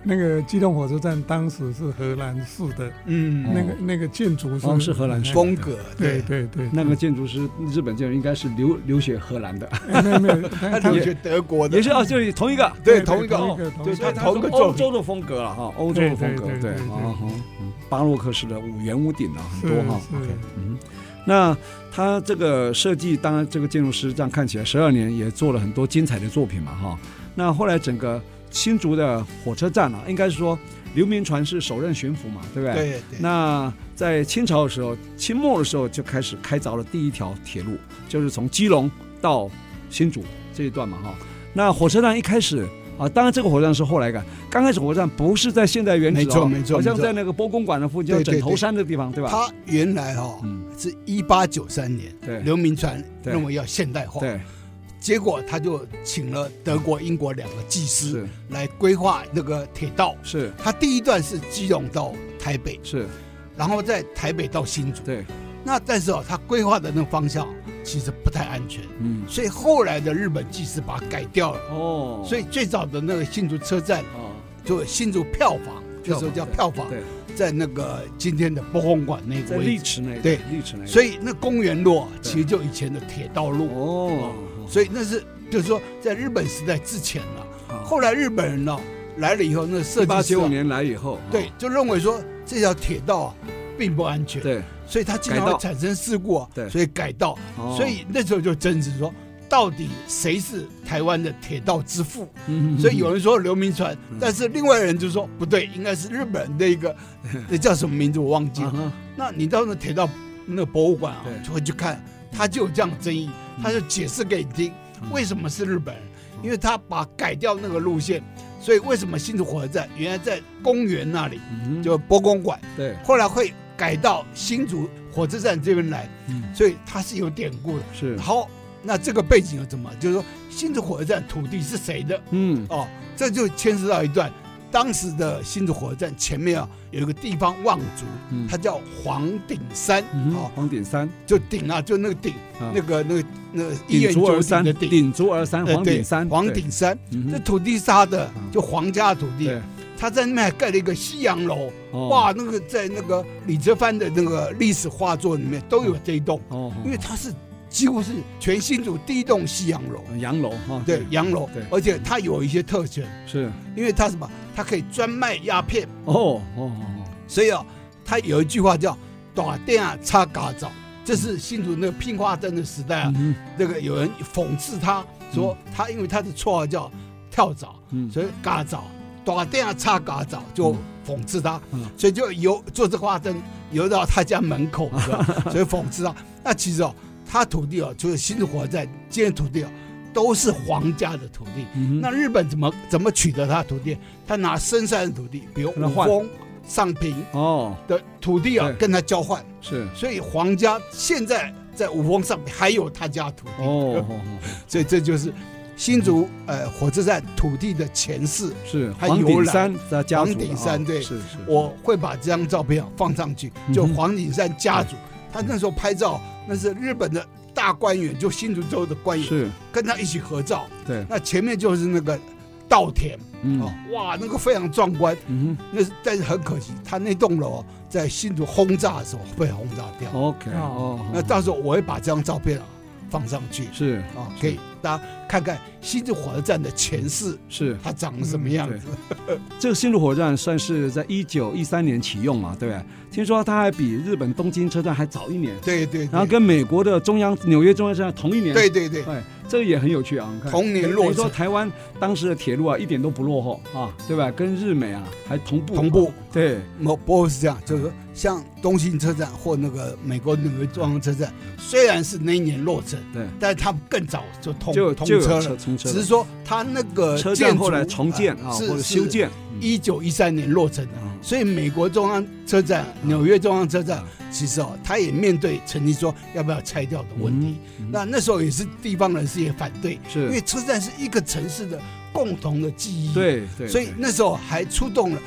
Speaker 3: 那个机动火车站当时是荷兰式的，
Speaker 2: 嗯，
Speaker 3: 那个那个建筑
Speaker 1: 哦
Speaker 3: 是
Speaker 1: 是荷兰式
Speaker 2: 风格
Speaker 3: 对对对，
Speaker 1: 那个建筑师日本建筑应该是留留学荷兰的，
Speaker 3: 哎没有 没有，
Speaker 2: 他
Speaker 3: 他
Speaker 2: 留
Speaker 3: 他
Speaker 2: 学德国的
Speaker 1: 也，是啊，就是同一个，
Speaker 2: 对，同一个哦，
Speaker 3: 个同
Speaker 2: 就
Speaker 3: 一
Speaker 2: 是他
Speaker 3: 个
Speaker 2: 同一个
Speaker 1: 是
Speaker 2: 作
Speaker 1: 欧
Speaker 2: 品。
Speaker 1: 洲的风格了哈，欧洲的风格
Speaker 3: 对对
Speaker 1: 对
Speaker 3: 对对对
Speaker 1: 啊哈，嗯巴洛克式的五圆屋顶啊，很多哈
Speaker 3: 是。
Speaker 1: OK
Speaker 3: 是
Speaker 1: 嗯，那他这个设计，当然这个建筑师这样看起来，十二年也做了很多精彩的作品嘛，哈。那后来整个新竹的火车站啊，应该是说刘铭传是首任巡抚嘛，对不对？。
Speaker 2: 对对，
Speaker 1: 那在清朝的时候，清末的时候就开始开凿了第一条铁路，就是从基隆到新竹这一段嘛，哈。那火车站一开始啊，当然这个火车站是后来改，刚开始火车站不是在现在原址、哦，
Speaker 2: 没错没错
Speaker 1: 好像
Speaker 2: 没错
Speaker 1: 在那个波公馆的附近，叫
Speaker 2: 对对
Speaker 1: 枕头
Speaker 2: 对
Speaker 1: 山的地方，对吧？
Speaker 2: 他原来哈
Speaker 1: 嗯，
Speaker 2: 是一八九三年，
Speaker 1: 对
Speaker 2: 刘铭传
Speaker 1: 对
Speaker 2: 认为要现代化，
Speaker 1: 对，
Speaker 2: 结果他就请了德国、英国两个技师
Speaker 1: 是
Speaker 2: 来规划那个铁道。
Speaker 1: 是
Speaker 2: 他第一段是基隆到台北，
Speaker 1: 是，
Speaker 2: 然后在台北到新竹。
Speaker 1: 对，
Speaker 2: 那但是哦，他规划的那个方向其实不太安全，
Speaker 1: 嗯，
Speaker 2: 所以后来的日本技师把它改掉了。
Speaker 1: 哦，
Speaker 2: 所以最早的那个新竹车站，
Speaker 1: 哦，
Speaker 2: 就新竹票房，那时候叫票房，
Speaker 1: 对，
Speaker 2: 在那个今天的波鸿馆那个
Speaker 1: 在
Speaker 2: 位置
Speaker 1: 历池那一
Speaker 2: 对
Speaker 1: 带历池那一带，
Speaker 2: 所以那公园路啊
Speaker 1: 对
Speaker 2: 其实就以前的铁道路，
Speaker 1: 哦，
Speaker 2: 所以那是就是说在日本时代之前了、
Speaker 1: 好
Speaker 2: 后来日本人呢、来了以后，那设
Speaker 1: 一八
Speaker 2: 计师、
Speaker 1: 九五
Speaker 2: 啊、
Speaker 1: 年来以后，
Speaker 2: 对
Speaker 1: 哦
Speaker 2: 就认为说这条铁道啊并不安全，
Speaker 1: 对，
Speaker 2: 所以它经
Speaker 1: 改
Speaker 2: 常
Speaker 1: 道
Speaker 2: 会产生事故啊
Speaker 1: 对，
Speaker 2: 所以改道，
Speaker 1: 哦
Speaker 2: 所以那时候就争执说。到底谁是台湾的铁道之父？
Speaker 1: 嗯
Speaker 2: 所以有人说刘铭传
Speaker 1: 嗯，
Speaker 2: 但是另外人就说不对，应该是日本的一个，
Speaker 1: 嗯
Speaker 2: 那叫什么名字我忘记了
Speaker 1: 啊。哈
Speaker 2: 那你到那铁道那个博物馆啊
Speaker 1: 对，
Speaker 2: 就会去看，他就有这样的争议，他就解释给你听，
Speaker 1: 嗯
Speaker 2: 为什么是日本人
Speaker 1: 嗯，
Speaker 2: 因为他把改掉那个路线，所以为什么新竹火车站原来在公园那里
Speaker 1: 嗯哼
Speaker 2: 就博公馆，
Speaker 1: 对，
Speaker 2: 后来会改到新竹火车站这边来，
Speaker 1: 嗯
Speaker 2: 所以它是有典故的。
Speaker 1: 是
Speaker 2: 然，后那这个背景又怎么？就是说新竹火车站土地是谁的
Speaker 1: 嗯
Speaker 2: 哦，这就牵涉到一段。当时的新竹火车站前面啊，有一个地方望族，
Speaker 1: 嗯，
Speaker 2: 它叫黄顶山，
Speaker 1: 嗯哼
Speaker 2: 哦，
Speaker 1: 黄顶山，
Speaker 2: 就顶啊，就那个顶，
Speaker 1: 啊
Speaker 2: 那个那个那个
Speaker 1: 顶
Speaker 2: 一元
Speaker 1: 足而
Speaker 2: 九鼎
Speaker 1: 山，
Speaker 2: 的顶，
Speaker 1: 顶足而山，
Speaker 2: 呃
Speaker 1: 黄
Speaker 2: 对
Speaker 1: 顶山，
Speaker 2: 黄
Speaker 1: 对，
Speaker 2: 顶山，
Speaker 1: 嗯
Speaker 2: 这
Speaker 1: 哼
Speaker 2: 土地是他的
Speaker 1: 嗯，
Speaker 2: 就皇家的土地
Speaker 1: 对。
Speaker 2: 他在那边还盖了一个西洋楼，
Speaker 1: 哦
Speaker 2: 哇，那个在那个李泽藩的那个历史画作里面都有这一栋，
Speaker 1: 哦，
Speaker 2: 因为它是几乎是全新竹第一栋西洋楼，
Speaker 1: 洋楼哈，
Speaker 2: 对，洋楼
Speaker 1: 对，
Speaker 2: 而且它有一些特权，
Speaker 1: 是，
Speaker 2: 因为它什么，它可以专卖鸦片，
Speaker 1: 哦哦哦，
Speaker 2: 所以啊，他有一句话叫“打电啊插嘎枣”，这是新竹那个拼花灯的时代啊。
Speaker 1: 嗯
Speaker 2: 那个有人讽刺他说他因为他的绰号叫跳蚤，
Speaker 1: 嗯，
Speaker 2: 所以嘎枣打电啊插嘎枣就讽刺他
Speaker 1: 嗯，
Speaker 2: 所以就游做这花灯游到他家门口，你知 道所以讽刺他。那其实哦，他土地哦，就是新竹火车站今天土地哦，都是皇家的土地。
Speaker 1: 嗯哼
Speaker 2: 那日本怎么怎么取得他的土地？他拿深山的土地，比如
Speaker 1: 跟他
Speaker 2: 五
Speaker 1: 换
Speaker 2: 峰、上平
Speaker 1: 哦
Speaker 2: 的土地啊
Speaker 1: 对，
Speaker 2: 跟他交换。
Speaker 1: 是，
Speaker 2: 所以皇家现在在五峰上面还有他家土地，
Speaker 1: 哦哦哦
Speaker 2: 所以这就是新竹呃火车站土地的前世。
Speaker 1: 是
Speaker 2: 还
Speaker 1: 黄
Speaker 2: 游
Speaker 1: 顶
Speaker 2: 览
Speaker 1: 山的家族
Speaker 2: 黄
Speaker 1: 的
Speaker 2: 顶
Speaker 1: 啊
Speaker 2: 山对
Speaker 1: 是是，
Speaker 2: 我会把这张照片啊放上去，
Speaker 1: 嗯哼嗯
Speaker 2: 就黄景山家族，他那时候拍照，那是日本的大官员，就新竹州的官员，
Speaker 1: 是
Speaker 2: 跟他一起合照。
Speaker 1: 对，
Speaker 2: 那前面就是那个稻田
Speaker 1: 嗯
Speaker 2: 哦，哇，那个非常壮观。
Speaker 1: 嗯哼
Speaker 2: 那是但是很可惜，他那栋楼啊在新竹轰炸的时候被轰炸掉。
Speaker 1: ，OK
Speaker 3: 哦
Speaker 1: 哦，
Speaker 2: 那到时候我会把这张照片啊放上去。
Speaker 1: 是
Speaker 2: 啊，可以大家看看新竹火车站的前世，
Speaker 1: 是。
Speaker 2: 它长得什么样子。
Speaker 1: 这个新竹火车站算是在一九一三年启用嘛，对不对？听说它还比日本东京车站还早一年，
Speaker 2: 对对对，
Speaker 1: 然后跟美国的中央纽约中央车站同一年。
Speaker 2: 对对对，
Speaker 1: 哎，这也很有趣啊。你看
Speaker 2: 同年落
Speaker 1: 你说
Speaker 2: 成
Speaker 1: 台湾当时的铁路啊，一点都不落后啊，对吧？跟日美啊还同步
Speaker 2: 同步。
Speaker 1: 对，
Speaker 2: 某不过是这样，就是说像东兴车站或那个美国纽约中央车站，虽然是那一年落成，
Speaker 1: 对，
Speaker 2: 但他们更早就通
Speaker 1: 就
Speaker 2: 通
Speaker 1: 就有
Speaker 2: 车
Speaker 1: 车
Speaker 2: 了。
Speaker 1: 通车
Speaker 2: 只
Speaker 1: 了，
Speaker 2: 是说他那个
Speaker 1: 车
Speaker 2: 建
Speaker 1: 站
Speaker 2: 筑
Speaker 1: 后来重建啊
Speaker 2: 呃
Speaker 1: 或
Speaker 2: 是
Speaker 1: 者修，建，嗯
Speaker 2: 一九一三年落成的。
Speaker 1: 嗯
Speaker 2: 所以美国中央车站、纽约中央车站，
Speaker 1: 嗯
Speaker 2: 其实哦，他也面对曾经说要不要拆掉的问题。
Speaker 1: 嗯
Speaker 2: 那那时候也是地方人士也反对，
Speaker 1: 是
Speaker 2: 因为车站是一个城市的共同的记忆。
Speaker 1: 对对，
Speaker 2: 所以
Speaker 1: 对
Speaker 2: 那时候还出动了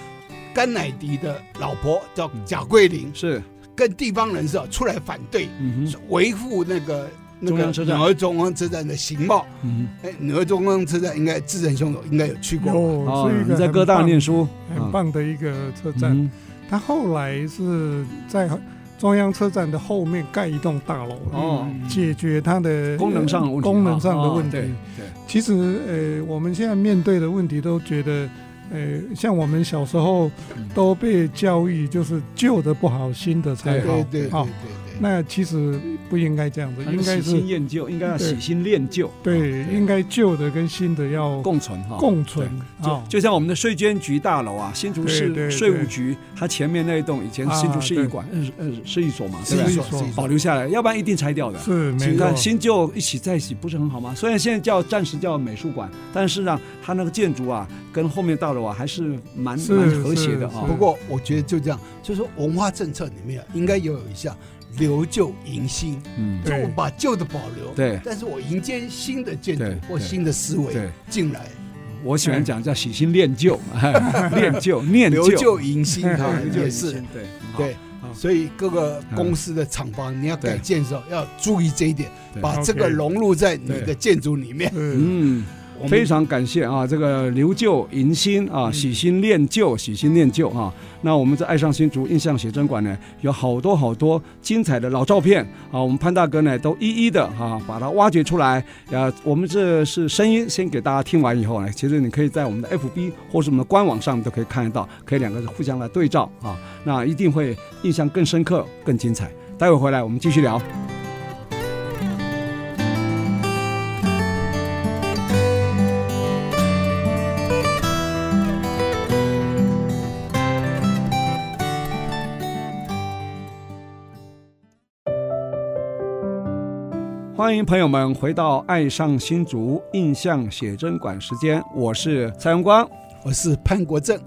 Speaker 2: 甘乃迪的老婆叫
Speaker 1: 嗯
Speaker 2: 贾桂林，
Speaker 1: 是
Speaker 2: 跟地方人士啊出来反对，
Speaker 1: 嗯哼
Speaker 2: 维护那个那
Speaker 1: 中
Speaker 2: 个
Speaker 1: 央车站
Speaker 2: 纽约中央车站的形貌。
Speaker 1: 嗯
Speaker 2: 哎，纽约中央车站应该智仁兄应该有去过吧，
Speaker 1: 哼，
Speaker 3: 哦，是一
Speaker 1: 你
Speaker 3: 个
Speaker 1: 在
Speaker 3: 很
Speaker 1: 哥大
Speaker 3: 棒
Speaker 1: 念书，
Speaker 3: 很棒的一个车
Speaker 1: 嗯
Speaker 3: 站。
Speaker 1: 哼
Speaker 3: 它后来是在中央车站的后面盖一栋大楼，
Speaker 1: 哦，
Speaker 3: 解决它的
Speaker 1: 功能上的问题啊，
Speaker 3: 功能上的问题。
Speaker 1: 哦对
Speaker 3: 其实呃，我们现在面对的问题都觉得。呃，像我们小时候
Speaker 1: 嗯
Speaker 3: 都被教育，就是旧的不好，新的才
Speaker 2: 对
Speaker 3: 好哦
Speaker 2: 对。对对
Speaker 3: 好
Speaker 1: 哦
Speaker 2: 对对，
Speaker 3: 那其实不应该这样子，
Speaker 1: 对，
Speaker 3: 应该
Speaker 1: 喜
Speaker 3: 是
Speaker 1: 新厌旧，应该要
Speaker 3: 对
Speaker 1: 喜新恋旧，啊
Speaker 3: 对，应该旧的跟新的要
Speaker 1: 共存哈，
Speaker 3: 共存啊
Speaker 1: 就。就像我们的税捐局大楼啊，新竹
Speaker 3: 对对
Speaker 1: 市
Speaker 3: 对
Speaker 1: 税务局，它前面那一栋以前
Speaker 3: 啊
Speaker 1: 新竹市一馆，呃呃市一所嘛，
Speaker 2: 是
Speaker 1: 对不
Speaker 3: 所以
Speaker 1: 对？
Speaker 2: 一所
Speaker 3: 说
Speaker 2: 是一所
Speaker 1: 保留下来，要不然一定拆掉的。
Speaker 3: 是没
Speaker 1: 你
Speaker 3: 错
Speaker 1: 看，新旧一起在一起，不是很好吗？虽然现在叫暂时叫美术馆，但事实上它那个建筑啊，跟后面大楼啊还是蛮
Speaker 3: 是
Speaker 1: 蛮和谐的
Speaker 3: 是
Speaker 1: 啊
Speaker 3: 是。
Speaker 2: 不过我觉得就这样，就是说文化政策里面应该有一项留旧迎新，
Speaker 1: 嗯，
Speaker 2: 就
Speaker 3: 对
Speaker 2: 我把旧的保留，
Speaker 1: 对
Speaker 2: 但是我迎接新的建
Speaker 1: 对
Speaker 2: 筑或
Speaker 1: 对
Speaker 2: 新的思维
Speaker 1: 对，
Speaker 2: 进来，
Speaker 1: 我喜
Speaker 3: 哎
Speaker 1: 欢讲叫喜新恋 旧，恋 旧念
Speaker 2: 留
Speaker 1: 旧，
Speaker 2: 旧 迎新啊，
Speaker 1: 留旧
Speaker 2: 也
Speaker 1: 也
Speaker 2: 是
Speaker 1: 是。对
Speaker 2: 对
Speaker 1: 好，
Speaker 2: 所以各个公司的厂房你要改建的时候要注意这一点，
Speaker 1: 对
Speaker 2: 把
Speaker 3: OK
Speaker 2: 这个融入在你
Speaker 1: 对
Speaker 2: 的建筑里面。
Speaker 3: 嗯，
Speaker 1: 嗯。
Speaker 2: 我们
Speaker 1: 非常感谢啊，这个留旧迎新啊，喜新恋旧，喜新恋旧啊。那我们这爱上新竹印象写真馆呢，有好多好多精彩的老照片啊，我们潘大哥呢都一一的啊把它挖掘出来。啊，我们这是声音，先给大家听完以后呢，其实你可以在我们的 FB 或是我们的官网上都可以看得到，可以两个互相来对照啊，那一定会印象更深刻、更精彩。待会回来我们继续聊。欢迎朋友们回到《爱上新竹印象写真馆》时间，我是蔡荣光。
Speaker 2: 我是潘国正，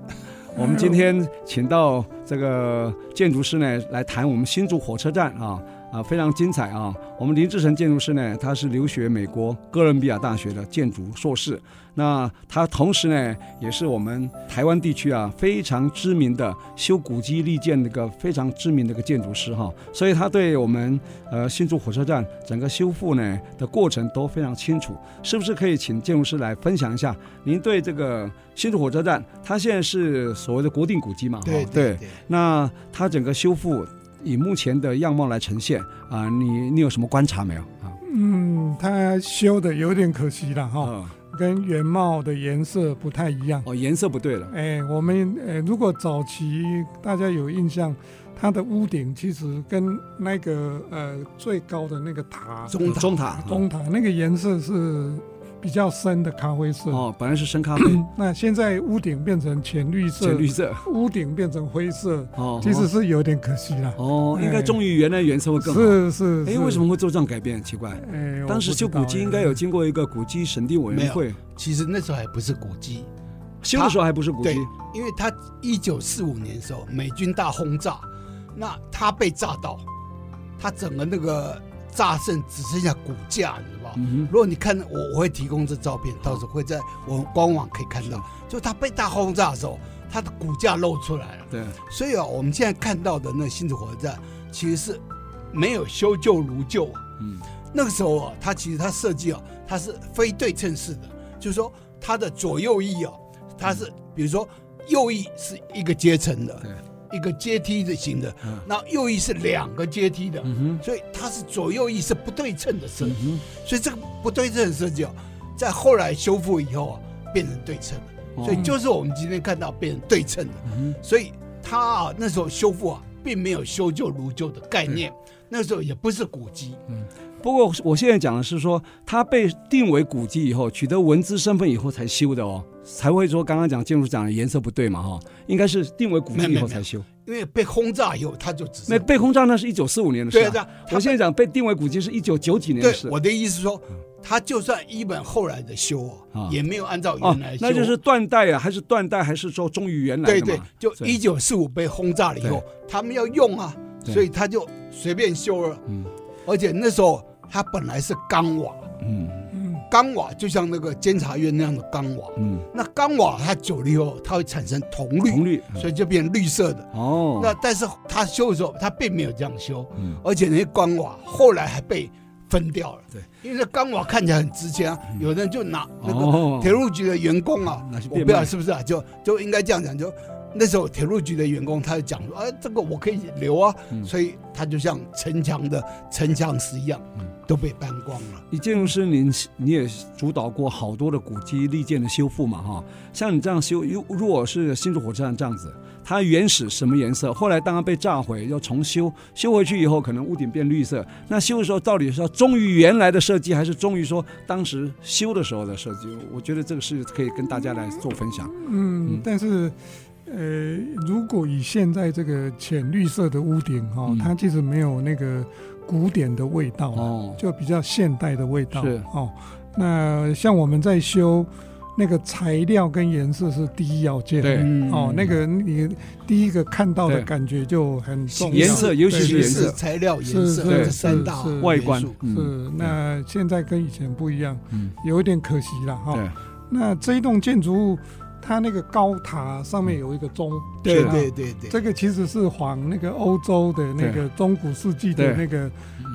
Speaker 1: 我们今天请到这个建筑师呢来谈我们新竹火车站啊啊非常精彩啊！我们林志成建筑师呢，他是留学美国哥伦比亚大学的建筑硕士，那他同时呢也是我们台湾地区啊非常知名的修古迹立建的一个非常知名的一个建筑师哈、所以他对我们呃新竹火车站整个修复呢的过程都非常清楚，是不是可以请建筑师来分享一下您对这个新竹火车站，它现在是所谓的国定古迹嘛？哈
Speaker 2: 对对对。
Speaker 1: 那它整个修复以目前的样貌来呈现啊、你你有什么观察没有啊？
Speaker 3: 嗯，它修的有点可惜了哈，
Speaker 1: 哦，
Speaker 3: 跟原貌的颜色不太一样。
Speaker 1: 哦，颜色不对了，
Speaker 3: 哎，我们呃，如果早期大家有印象，它的屋顶其实跟那个呃最高的那个塔
Speaker 2: 中塔
Speaker 1: 中塔，啊
Speaker 3: 中塔那个颜色是比较深的咖啡色。
Speaker 1: 哦，本来是深咖 啡，
Speaker 3: 那现在屋顶变成浅绿色，
Speaker 1: 浅绿色，
Speaker 3: 屋顶变成灰色，
Speaker 1: 哦，
Speaker 3: 其实是有点可惜了。
Speaker 1: 哦，应该忠于原来原色会更好。
Speaker 3: 是是，
Speaker 1: 哎，
Speaker 3: 是
Speaker 1: 为什么？会做这样改变？奇怪，
Speaker 3: 哎，我
Speaker 1: 当时
Speaker 3: 不知
Speaker 1: 修古
Speaker 3: 道
Speaker 1: 迹
Speaker 3: 哎
Speaker 1: 应该有经过一个古迹审定委员会，
Speaker 2: 其实那时候还不是古迹，
Speaker 1: 修的时候还不是古迹
Speaker 2: 对，因为他一九四五年的时候美军大轰炸，那他被炸到，他整个那个炸剩只剩下骨架，你知道吧？
Speaker 1: 嗯
Speaker 2: 如果你看我，我会提供这照片，到时候会在我们官网可以看到。就他被大轰炸的时候，他的骨架露出来了
Speaker 1: 哼，。对，
Speaker 2: 所以啊，我们现在看到的那新竹火车站，其实是没有修旧如旧啊。
Speaker 1: 嗯，
Speaker 2: 那个时候啊，它其实它设计啊，它是非对称式的，就是说它的左右翼啊，它是比如说右翼是一个阶层的，一个阶梯的型的
Speaker 1: 嗯，
Speaker 2: 那右翼是两个阶梯的，
Speaker 1: 嗯哼，
Speaker 2: 所以它是左右翼是不对称的设计
Speaker 1: 嗯。哼，
Speaker 2: 所以这个不对称的设计啊，在后来修复以后啊，变成对称了。
Speaker 1: 哦
Speaker 2: 所以就是我们今天看到变成对称的，
Speaker 1: 嗯哼
Speaker 2: 所以它啊那时候修复啊，并没有修旧如旧的概念，
Speaker 1: 嗯
Speaker 2: 那时候也不是古迹，
Speaker 1: 不过我现在讲的是说，它被定为古迹以后，取得文资身份以后才修的哦，才会说刚刚讲建筑讲的颜色不对嘛哈、应该是定为古迹以后才修。
Speaker 2: 因为被轰炸以后，它就只
Speaker 1: 那
Speaker 2: 是
Speaker 1: 被轰炸那是一九四五年的事、
Speaker 2: 对
Speaker 1: 啊。
Speaker 2: 啊，对啊它
Speaker 1: 我现在讲被定为古迹是一九九几年的
Speaker 2: 对
Speaker 1: 事。啊
Speaker 2: 我的意思说，他就算一本后来的修哦
Speaker 1: 嗯啊，
Speaker 2: 也没有按照
Speaker 1: 哦
Speaker 2: 原来，修，
Speaker 1: 那就是断代啊，还是断代，还是说忠于原来的
Speaker 2: 对
Speaker 1: 嘛？
Speaker 2: 对，就
Speaker 1: 对
Speaker 2: 一九四五被轰炸了以后，他们要用啊，
Speaker 1: 对
Speaker 2: 所以他就随便修了，
Speaker 1: 嗯
Speaker 2: 而且那时候他本来是钢瓦，
Speaker 1: 嗯
Speaker 3: 嗯，
Speaker 2: 钢瓦就像那个监察院那样的钢瓦，
Speaker 1: 嗯，
Speaker 2: 那钢瓦它久了以后，它会产生铜
Speaker 1: 红
Speaker 2: 绿，
Speaker 1: 绿嗯
Speaker 2: 所以就变绿色的。
Speaker 1: 哦，
Speaker 2: 那但是他修的时候，他并没有这样修，
Speaker 1: 嗯
Speaker 2: 而且那些钢瓦后来还被分掉了。
Speaker 1: 对，嗯
Speaker 2: 因为那钢瓦看起来很值钱啊，有人就拿那个
Speaker 1: 哦
Speaker 2: 铁路局的员工啊，
Speaker 1: 拿去
Speaker 2: 我
Speaker 1: 变
Speaker 2: 不知道
Speaker 1: 卖
Speaker 2: 是不是啊，就就应该这样讲，就那时候铁路局的员工他就讲说，哎，这个我可以留啊，
Speaker 1: 嗯
Speaker 2: 所以他就像城墙的城墙石一样
Speaker 1: 嗯，
Speaker 2: 都被搬光了。
Speaker 1: 你建筑师您你也主导过好多的古迹立建的修复嘛哈，像你这样修，如如果是新竹火车站这样子，它原始什么颜色，后来当然被炸毁，要重修，修回去以后可能屋顶变绿色，那修的时候到底是要忠于原来的设计，还是忠于说当时修的时候的设计？我觉得这个是可以跟大家来做分享。
Speaker 3: 嗯，但是，呃，如果以现在这个浅绿色的屋顶哈、
Speaker 1: 嗯
Speaker 3: 它其实没有那个古典的味道，
Speaker 1: 哦，
Speaker 3: 就比较现代的味道。
Speaker 1: 是
Speaker 3: 哦，那像我们在修那个材料跟颜色是第一要件。
Speaker 1: 对
Speaker 2: 嗯
Speaker 3: 哦，那个你第一个看到的
Speaker 1: 对
Speaker 3: 感觉就很重要，
Speaker 1: 颜色尤其是
Speaker 2: 形
Speaker 1: 颜
Speaker 2: 式、
Speaker 1: 色
Speaker 2: 材料、颜
Speaker 3: 是
Speaker 2: 色
Speaker 3: 是
Speaker 2: 这
Speaker 1: 是
Speaker 2: 三大
Speaker 3: 是
Speaker 1: 外观
Speaker 2: 元素，
Speaker 3: 是，那现在跟以前不一样，
Speaker 1: 嗯
Speaker 3: 有一点可惜了哈。
Speaker 1: 对
Speaker 3: 那这一栋建筑物，它那个高塔上面有一个钟，
Speaker 2: 对
Speaker 3: 啊
Speaker 2: 对对对，
Speaker 3: 这个其实是仿那个欧洲的那个中古世纪的
Speaker 1: 对嗯
Speaker 3: 那个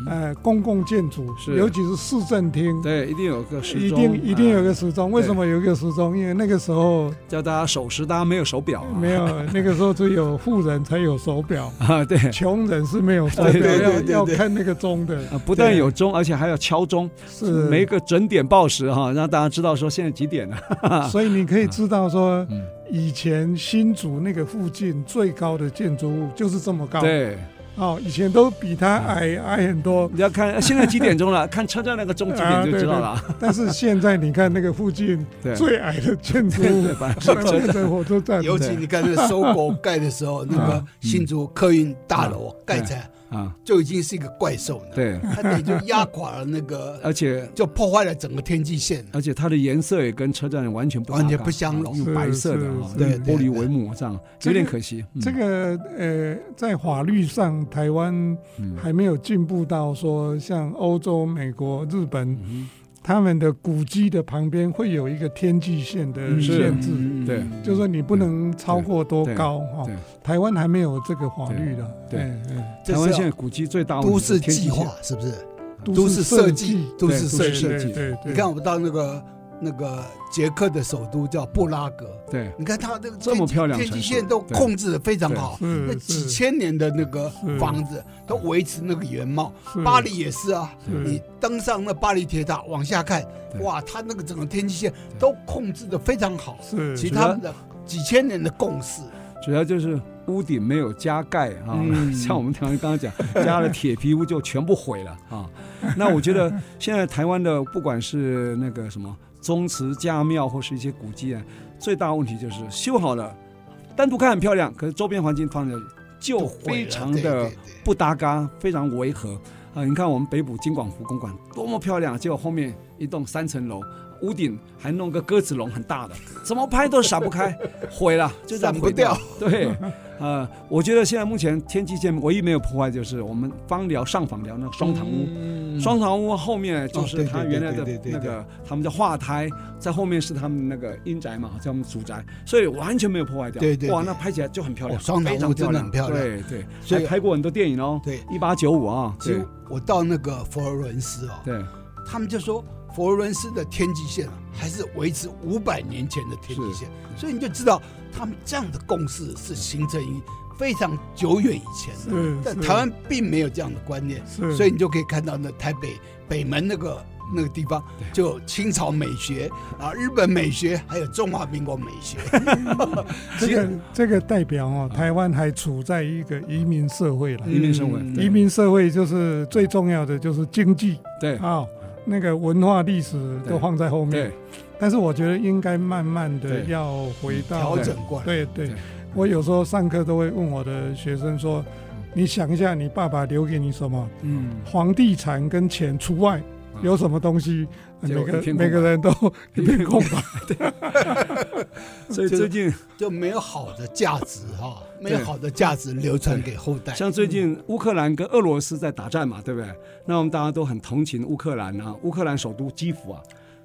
Speaker 3: 呃公共建筑，
Speaker 1: 是
Speaker 3: 尤其是市政厅。
Speaker 1: 对，一定有个时
Speaker 3: 一
Speaker 1: 钟，
Speaker 3: 定一定有
Speaker 1: 啊
Speaker 3: 个时钟，为什么有一个时钟？因为那个时候
Speaker 1: 叫大家守时，大家没有手表啊，
Speaker 3: 没有， 那个时候只有富人才有手表，
Speaker 1: 啊， 对。
Speaker 3: 穷人是没有手表，
Speaker 1: 对对
Speaker 3: 要
Speaker 2: 对对
Speaker 3: 要
Speaker 2: 对
Speaker 3: 看那个钟的。
Speaker 1: 啊，不但
Speaker 3: 对
Speaker 1: 有钟，而且还要敲钟，
Speaker 3: 是
Speaker 1: 每一个准点报时哈，让大家知道说现在几点了。
Speaker 3: 所以你可以知道说
Speaker 1: 啊嗯，
Speaker 3: 以前新竹那个附近最高的建筑物就是这么高，，
Speaker 1: 对，嗯
Speaker 3: 哦，以前都比它矮矮 很多，
Speaker 1: 你要看呃现在几点钟了，看车站那个钟几点就知道了。
Speaker 3: 但是现在你看那个附近
Speaker 1: 对
Speaker 3: 最矮的建筑
Speaker 1: 对
Speaker 3: 物
Speaker 1: 对，反正
Speaker 3: 是
Speaker 1: 是车
Speaker 3: 变
Speaker 1: 站
Speaker 3: 成火车站，
Speaker 2: 尤其你看那个收购盖的时 候，那
Speaker 1: 嗯
Speaker 2: 个新竹客运大楼盖起来
Speaker 1: 啊，
Speaker 2: 就已经是一个怪兽了，
Speaker 1: 对，呃
Speaker 2: 它等于就压垮了那个，
Speaker 1: 而且
Speaker 2: 就破坏了整个天际线。
Speaker 1: 而且它的颜色也跟车站完全不搭
Speaker 2: 完全
Speaker 1: 嘎
Speaker 2: 不相容
Speaker 1: 用白色的
Speaker 3: 是
Speaker 1: 啊
Speaker 3: 是，
Speaker 2: 是
Speaker 1: 用玻璃帷幕这样，有点可惜。嗯
Speaker 3: 这个呃，在法律上，台湾
Speaker 1: 嗯
Speaker 3: 还没有进步到说像欧洲、美国、日本
Speaker 1: 嗯
Speaker 3: 他们的古迹的旁边会有一个天际线的
Speaker 1: 嗯是
Speaker 3: 限制。
Speaker 1: 哼对
Speaker 3: 就是说你不能超过多高哈、
Speaker 1: 对
Speaker 3: 哦，台湾还没有这个法律的，
Speaker 1: 对
Speaker 3: 哎，哎
Speaker 2: 这
Speaker 1: 台湾
Speaker 2: 是
Speaker 1: 现在古迹最大问
Speaker 2: 都
Speaker 1: 题是
Speaker 2: 市
Speaker 1: 天
Speaker 2: 计
Speaker 1: 际线
Speaker 2: 划是不是？
Speaker 3: 都
Speaker 2: 都
Speaker 3: 市
Speaker 2: 市
Speaker 3: 设
Speaker 2: 设
Speaker 3: 计
Speaker 2: 计，都
Speaker 1: 对都
Speaker 2: 市设
Speaker 1: 市
Speaker 2: 计
Speaker 1: 设。计
Speaker 3: 对对对，
Speaker 2: 你看，我们到那个那个捷克的首都叫布拉格，
Speaker 1: 对
Speaker 2: 你看它那个
Speaker 1: 这么
Speaker 2: 天际
Speaker 1: 漂亮的
Speaker 2: 天际
Speaker 1: 城市
Speaker 2: 线都
Speaker 1: 对
Speaker 2: 控制的非常
Speaker 1: 对
Speaker 2: 好，
Speaker 3: 是
Speaker 2: 那
Speaker 3: 是
Speaker 2: 几千年的那个房子都维持那个原貌。
Speaker 3: 是
Speaker 2: 巴黎也是啊，
Speaker 3: 是
Speaker 2: 你登上那巴黎铁塔往下看，
Speaker 1: 对
Speaker 2: 哇，它那个整个天际线都控制的非常好，
Speaker 3: 是
Speaker 2: 其实他们的几千年的共识，
Speaker 1: 主要就是屋顶没有加盖啊，
Speaker 2: 嗯
Speaker 1: 像我们刚刚刚讲，加了铁皮屋就全部毁了啊。那我觉得现在台湾的不管是那个什么宗祠、家庙或是一些古迹啊，最大问题就是修好了，单独看很漂亮，可是周边环境放的就非常
Speaker 2: 对
Speaker 1: 的
Speaker 2: 对对
Speaker 1: 不搭嘎，非常违和啊！你看我们北浦金广湖公馆多么漂亮，结果后面一栋三层楼，屋顶还弄个鸽子笼很大的，怎么拍都闪不开，毁 了，就这样
Speaker 2: 闪不
Speaker 1: 毁掉
Speaker 2: 掉。
Speaker 1: 对，呃，我觉得现在目前天际线唯一没有破坏就是我们芳寮上访寮那个双塘屋。
Speaker 2: 嗯
Speaker 1: 双塘屋后面就
Speaker 2: 哦对
Speaker 1: 是
Speaker 2: 对
Speaker 1: 他原来的
Speaker 2: 对对对
Speaker 1: 那
Speaker 2: 对
Speaker 1: 个，他们叫画台，在后面是他们那个阴宅嘛，叫我们祖宅，所以完全没有破坏掉。
Speaker 2: 对对
Speaker 1: 哇，
Speaker 2: 对
Speaker 1: 那拍起来就很漂亮，
Speaker 2: 哦双塘屋
Speaker 1: 非常
Speaker 2: 真的很漂亮
Speaker 1: 对对，
Speaker 2: 所以
Speaker 1: 还拍过很多电影哦。
Speaker 2: 对
Speaker 1: 一八九五啊，
Speaker 2: 其
Speaker 1: 对
Speaker 2: 实我到那个佛罗伦斯哦，
Speaker 1: 对
Speaker 2: 他们就说佛罗伦斯的天际线啊，还是维持五百年前的天际线，所以你就知道他们这样的共识是形成于非常久远以前的，
Speaker 3: 是
Speaker 2: 但
Speaker 3: 是
Speaker 2: 台湾并没有这样的观念，
Speaker 3: 是，
Speaker 2: 所以你就可以看到那台北北门那个那个地方就清朝美学啊、日本美学，还有中华民国美学。
Speaker 3: 这个这个代表哦，台湾还处在一个移民社会了。
Speaker 1: 啊移民社会，
Speaker 3: 嗯
Speaker 1: 对
Speaker 3: 移民社会就是最重要的就是经济
Speaker 1: 对
Speaker 3: 啊、那个文化历史都
Speaker 1: 对
Speaker 3: 放在后面
Speaker 1: 对。
Speaker 3: 但是我觉得应该慢慢的
Speaker 1: 对嗯
Speaker 3: 要回到
Speaker 2: 调整过来
Speaker 3: 对对
Speaker 1: 对，
Speaker 3: 我有时候上课都会问我的学生说：“你想一下，你爸爸留给你什么？
Speaker 1: 嗯，
Speaker 3: 房地产跟钱除外，
Speaker 1: 啊
Speaker 3: 有什么东西？”
Speaker 1: 结
Speaker 3: 每
Speaker 1: 果一
Speaker 3: 个
Speaker 1: 片空白
Speaker 3: 每个人都 一片空 白。
Speaker 1: 所以最近
Speaker 2: 就没有好的价值哈，没
Speaker 1: 对
Speaker 2: 有好的价值流传给后代。
Speaker 1: 像最近
Speaker 2: 嗯
Speaker 1: 乌克兰跟俄罗斯在打战嘛，对不对？那我们大家都很同情乌克兰啊，乌克兰首都基辅啊，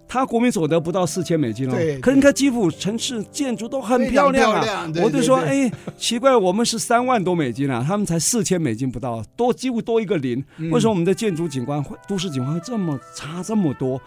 Speaker 1: 它国民所得不到四千美金哦
Speaker 2: 对，
Speaker 1: 可是你看基辅城市建筑都很
Speaker 2: 非
Speaker 1: 漂
Speaker 2: 常
Speaker 1: 亮啊。
Speaker 2: 漂亮对
Speaker 1: 我就说，
Speaker 2: 对
Speaker 1: 哎，奇怪，我们是三万多美金啊，他们才四千美金不到，多几乎多一个零。
Speaker 2: 嗯
Speaker 1: 为什么我们的建筑景观会、都市景观会这么差这么多？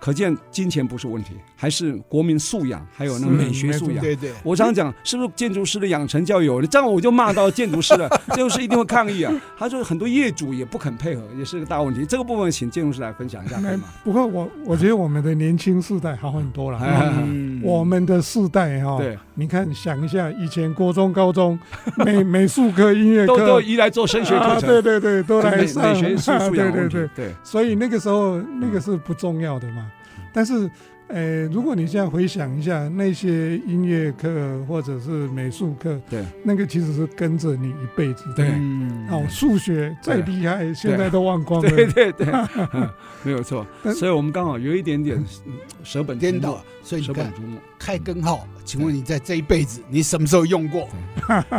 Speaker 1: 可见金钱不是问题，还是国民素养，还有那个
Speaker 3: 是
Speaker 1: 美学
Speaker 3: 没
Speaker 1: 素
Speaker 3: 错
Speaker 1: 养。
Speaker 2: 对对，
Speaker 1: 我常讲，是不是建筑师的养成教育有这样我就骂到建筑师了，建筑师一定会抗议啊。他说很多业主也不肯配合，也是个大问题。这个部分请建筑师来分享一下，可以吗？
Speaker 3: 不过我我觉得我们的年轻世代好 很多了。
Speaker 1: 哎哎
Speaker 3: 啊
Speaker 1: 哎
Speaker 2: 嗯
Speaker 3: 我们的世代哈、
Speaker 1: 对，
Speaker 3: 你看想一下，以前国中、高中美美术课、音乐
Speaker 1: 都都
Speaker 3: 课，
Speaker 1: 移来做升学课
Speaker 3: 啊，
Speaker 1: 程，
Speaker 3: 对对对，都
Speaker 1: 美
Speaker 3: 来
Speaker 1: 美
Speaker 3: 上，
Speaker 1: 学素素养
Speaker 3: 对
Speaker 1: 问
Speaker 3: 对
Speaker 1: 题
Speaker 3: 对，，
Speaker 1: 对
Speaker 3: 所以那个时候
Speaker 1: 嗯
Speaker 3: 那个是不重要的嘛。但是，呃，如果你现在回想一下，那些音乐课或者是美术课，
Speaker 1: 对，
Speaker 3: 那个其实是跟着你一辈子的。
Speaker 1: 对
Speaker 2: 嗯
Speaker 3: 哦，数学再
Speaker 1: 对
Speaker 3: 厉害，现在都忘光 了。
Speaker 1: 对对对，嗯没有错。
Speaker 3: 但
Speaker 1: 所以我们刚好有一点点嗯舍本逐
Speaker 2: 颠
Speaker 1: 末
Speaker 2: 倒，，所以你
Speaker 1: 舍
Speaker 2: 看
Speaker 1: 本逐末。
Speaker 2: 开根号，请问你在这一辈子你什么时候用过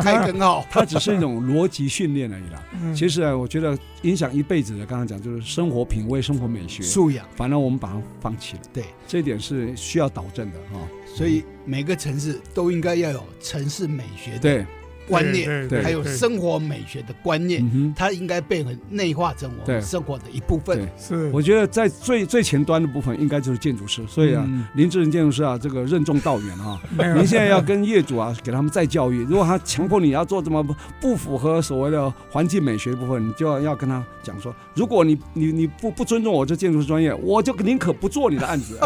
Speaker 2: 开根号？
Speaker 1: 它只是一种逻辑训练而已啦。
Speaker 3: 嗯
Speaker 1: 其实啊，我觉得影响一辈子的，刚刚讲就是生活品味、生活美学。
Speaker 2: 素养。
Speaker 1: 反而我们把它放弃了，
Speaker 2: 对，
Speaker 1: 这一点是需要导正的哈、
Speaker 2: 所以每个城市都应该要有城市美学的
Speaker 1: 嗯对，
Speaker 2: 观念，
Speaker 3: 对
Speaker 1: 对
Speaker 2: 还有生活美学的观念，
Speaker 1: 嗯哼，
Speaker 2: 它应该被很内化成我
Speaker 1: 对
Speaker 2: 们生活的一部分
Speaker 1: 对。
Speaker 2: 嗯
Speaker 3: 是，
Speaker 1: 我觉得在最最前端的部分，应该就是建筑师。所以啊，
Speaker 3: 嗯
Speaker 1: 林志仁建筑师啊，这个任重道远 啊。
Speaker 2: 哎
Speaker 3: 没有
Speaker 1: 您现在要跟业主啊，给他们再教育。如果他强迫你要做这么不不符合所谓的环境美学的部分，你就要要跟他讲说，如果你你你不不尊重我这建筑师专业，我就宁可不做你的案 子。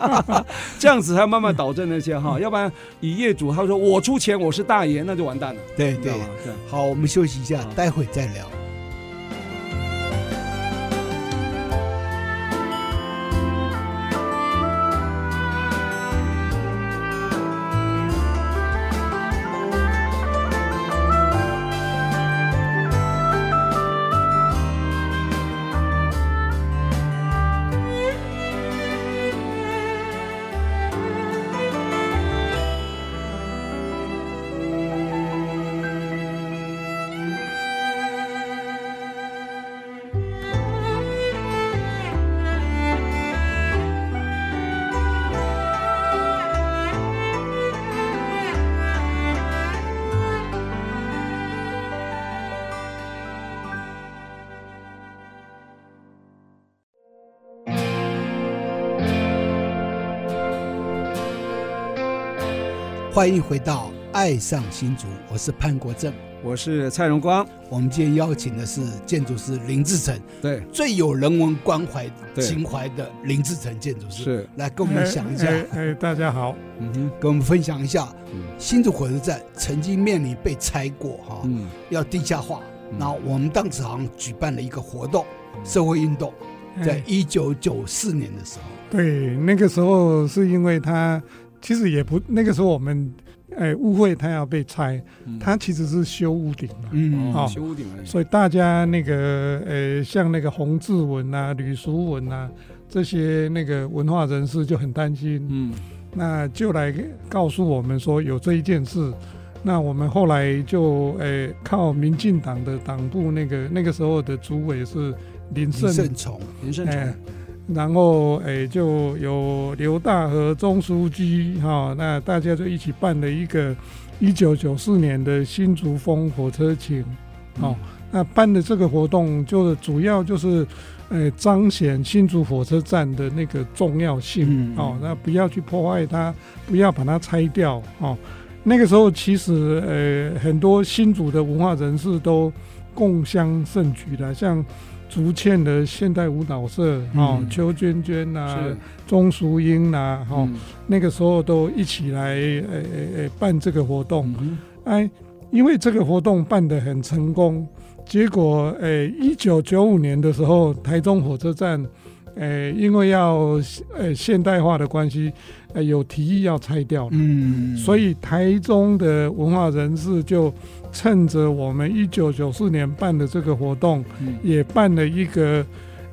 Speaker 1: 这样子才慢慢导正那些哈，要不然以业主他说我出钱，我是大爷，那就完蛋了，
Speaker 2: 对
Speaker 1: 你知道
Speaker 2: 对
Speaker 1: 吗。？这样
Speaker 2: 好，我们休息一下
Speaker 1: 嗯好，
Speaker 2: 待会再聊。欢迎回到《爱上新竹》，我是潘国正。
Speaker 1: 我是蔡荣光，
Speaker 2: 我们今天邀请的是建筑师林志成，
Speaker 1: 对，
Speaker 2: 最有人文关怀
Speaker 1: 对
Speaker 2: 情怀的林志成建筑师，
Speaker 1: 是，
Speaker 2: 来跟我们想一下，
Speaker 3: 哎哎哎大家好，
Speaker 1: 嗯哼，
Speaker 2: 跟我们分享一下
Speaker 1: 嗯
Speaker 2: 新竹火车站曾经面临被拆过哈、
Speaker 1: 嗯，
Speaker 2: 要地下化。
Speaker 1: 嗯
Speaker 2: 那我们当时好像举办了一个活动，社会运动，在
Speaker 3: 哎
Speaker 2: 一九九四年的时候，
Speaker 3: 对，那个时候是因为他其实也不，那个时候我们哎误会他要被拆，
Speaker 1: 嗯
Speaker 3: 他其实是修屋顶嘛。
Speaker 2: 嗯
Speaker 1: 哦
Speaker 3: 好
Speaker 1: 修屋顶而已，
Speaker 3: 所以大家那个呃，像那个洪志文啊、吕淑文啊这些那个文化人士就很担心，
Speaker 1: 嗯
Speaker 3: 那就来告诉我们说有这一件事。那我们后来就呃靠民进党的党部那个那个时候的主委是林
Speaker 2: 李
Speaker 3: 胜
Speaker 2: 圣崇，
Speaker 1: 林胜
Speaker 3: 哎
Speaker 1: 崇，，
Speaker 3: 然后哎就有刘大和、钟书记哈、那大家就一起办了一个一九九四年的新竹风火车情。哦，那办的这个活动就是主要就是，呃，彰显新竹火车站的那个重要性、
Speaker 2: 嗯
Speaker 3: 哦，那不要去破坏它，不要把它拆掉哦。那个时候其实呃，很多新竹的文化人士都共襄盛举的，像竹堑的现代舞蹈社哦，
Speaker 1: 嗯
Speaker 3: 邱娟娟呐、
Speaker 1: 是
Speaker 3: 钟淑英呐、哈、
Speaker 1: 嗯
Speaker 3: 那个时候都一起来呃呃呃办这个活动。
Speaker 1: 嗯
Speaker 3: 哎，因为这个活动办得很成功，结果呃，一九九五年的时候，台中火车站，呃，因为要呃现代化的关系，呃，有提议要拆掉了。
Speaker 2: 嗯，
Speaker 3: 所以台中的文化人士就趁着我们一九九四年办的这个活动，
Speaker 1: 嗯
Speaker 3: 也办了一个，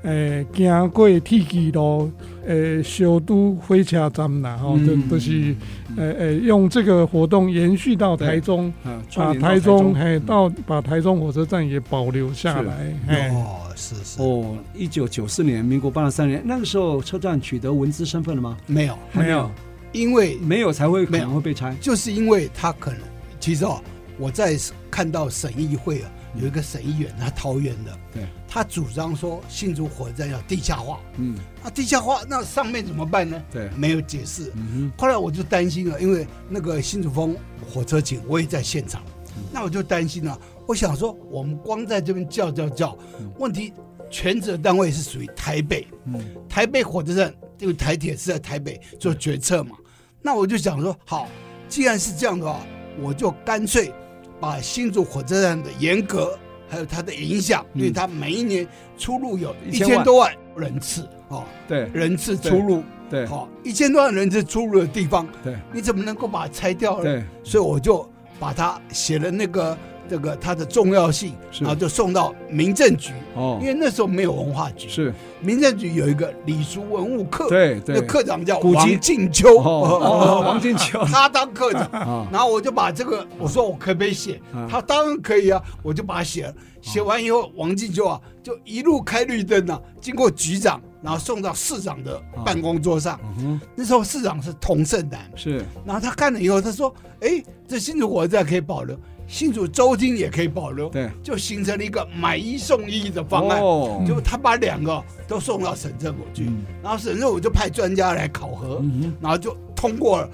Speaker 3: 呃，行过铁轨路，呃，首都火车站啦，吼、
Speaker 1: 嗯
Speaker 3: 就就是，
Speaker 1: 嗯
Speaker 3: 呃呃，用这个活动延续到台中，
Speaker 1: 啊，
Speaker 3: 把
Speaker 1: 串联到
Speaker 3: 台中嘿
Speaker 1: 嗯
Speaker 3: 到把台中火车站也保留下
Speaker 1: 是
Speaker 3: 来，哎嘿，
Speaker 2: 哦，是是，
Speaker 1: 哦，一九九四年，民国八十三年，那个时候车站取得文资身份了吗？
Speaker 2: 没有，
Speaker 1: 还
Speaker 3: 没有，
Speaker 2: 因为
Speaker 1: 没有才会可
Speaker 2: 没有
Speaker 1: 能会被拆。
Speaker 2: 就是因为他可能，其实哦，我在看到省议会啊，有一个省议员，他桃园的，
Speaker 1: 对，
Speaker 2: 他主张说新竹火车站要地下化，
Speaker 1: 嗯，
Speaker 2: 啊，地下化那上面怎么办呢？
Speaker 1: 对，
Speaker 2: 没有解释。
Speaker 1: 嗯
Speaker 2: 后来我就担心了，因为那个新竹峰火车景我也在现场，
Speaker 1: 嗯
Speaker 2: 那我就担心了。我想说，我们光在这边叫叫叫
Speaker 1: 嗯，
Speaker 2: 问题全责单位是属于台北，
Speaker 1: 哼，嗯，
Speaker 2: 台北火车站，因为台铁是在台北做决策
Speaker 1: 嗯
Speaker 2: 嘛。那我就想说，好，既然是这样的话，我就干脆把新竹火车站的严格还有它的影响，
Speaker 1: 嗯
Speaker 2: 因为它每一年出入有
Speaker 1: 一
Speaker 2: 一
Speaker 1: 千万
Speaker 2: 千多万人次哦，
Speaker 1: 对
Speaker 2: 人次出入
Speaker 1: 对
Speaker 2: 哦，一千多万人次出入的地方，
Speaker 1: 对
Speaker 2: 你怎么能够把它拆掉呢？
Speaker 1: 对，
Speaker 2: 所以我就把它写了那个这个它的重要性，
Speaker 1: 是
Speaker 2: 然后就送到民政局，
Speaker 1: 哦
Speaker 2: 因，为那时候没有文化局，
Speaker 1: 是，
Speaker 2: 民政局有一个礼俗文物课，
Speaker 1: 对
Speaker 2: 那
Speaker 1: 对，
Speaker 2: 课长叫
Speaker 1: 古籍
Speaker 2: 王静秋，
Speaker 1: 哦哦，王进球
Speaker 2: 他当课长，
Speaker 1: 啊，
Speaker 2: 然后我就把这个，我说我可不可以写
Speaker 1: 嗯？
Speaker 2: 他当然可以啊，我就把它写了。写完以后，王静秋啊，就一路开绿灯啊，经过局长，然后送到市长的办公桌上。
Speaker 1: 嗯哼，
Speaker 2: 那时候市长是童胜男，
Speaker 1: 是，
Speaker 2: 然后他看了以后，他说：“哎，这新竹火车站可以保留，新竹州厅也可以保留，
Speaker 1: 对，
Speaker 2: 就形成了一个买一送一的方案。”
Speaker 1: 哦
Speaker 2: 就他把两个都送到省政府去，
Speaker 1: 嗯
Speaker 2: 然后省政府就派专家来考核，
Speaker 1: 嗯哼，
Speaker 2: 然后就通过了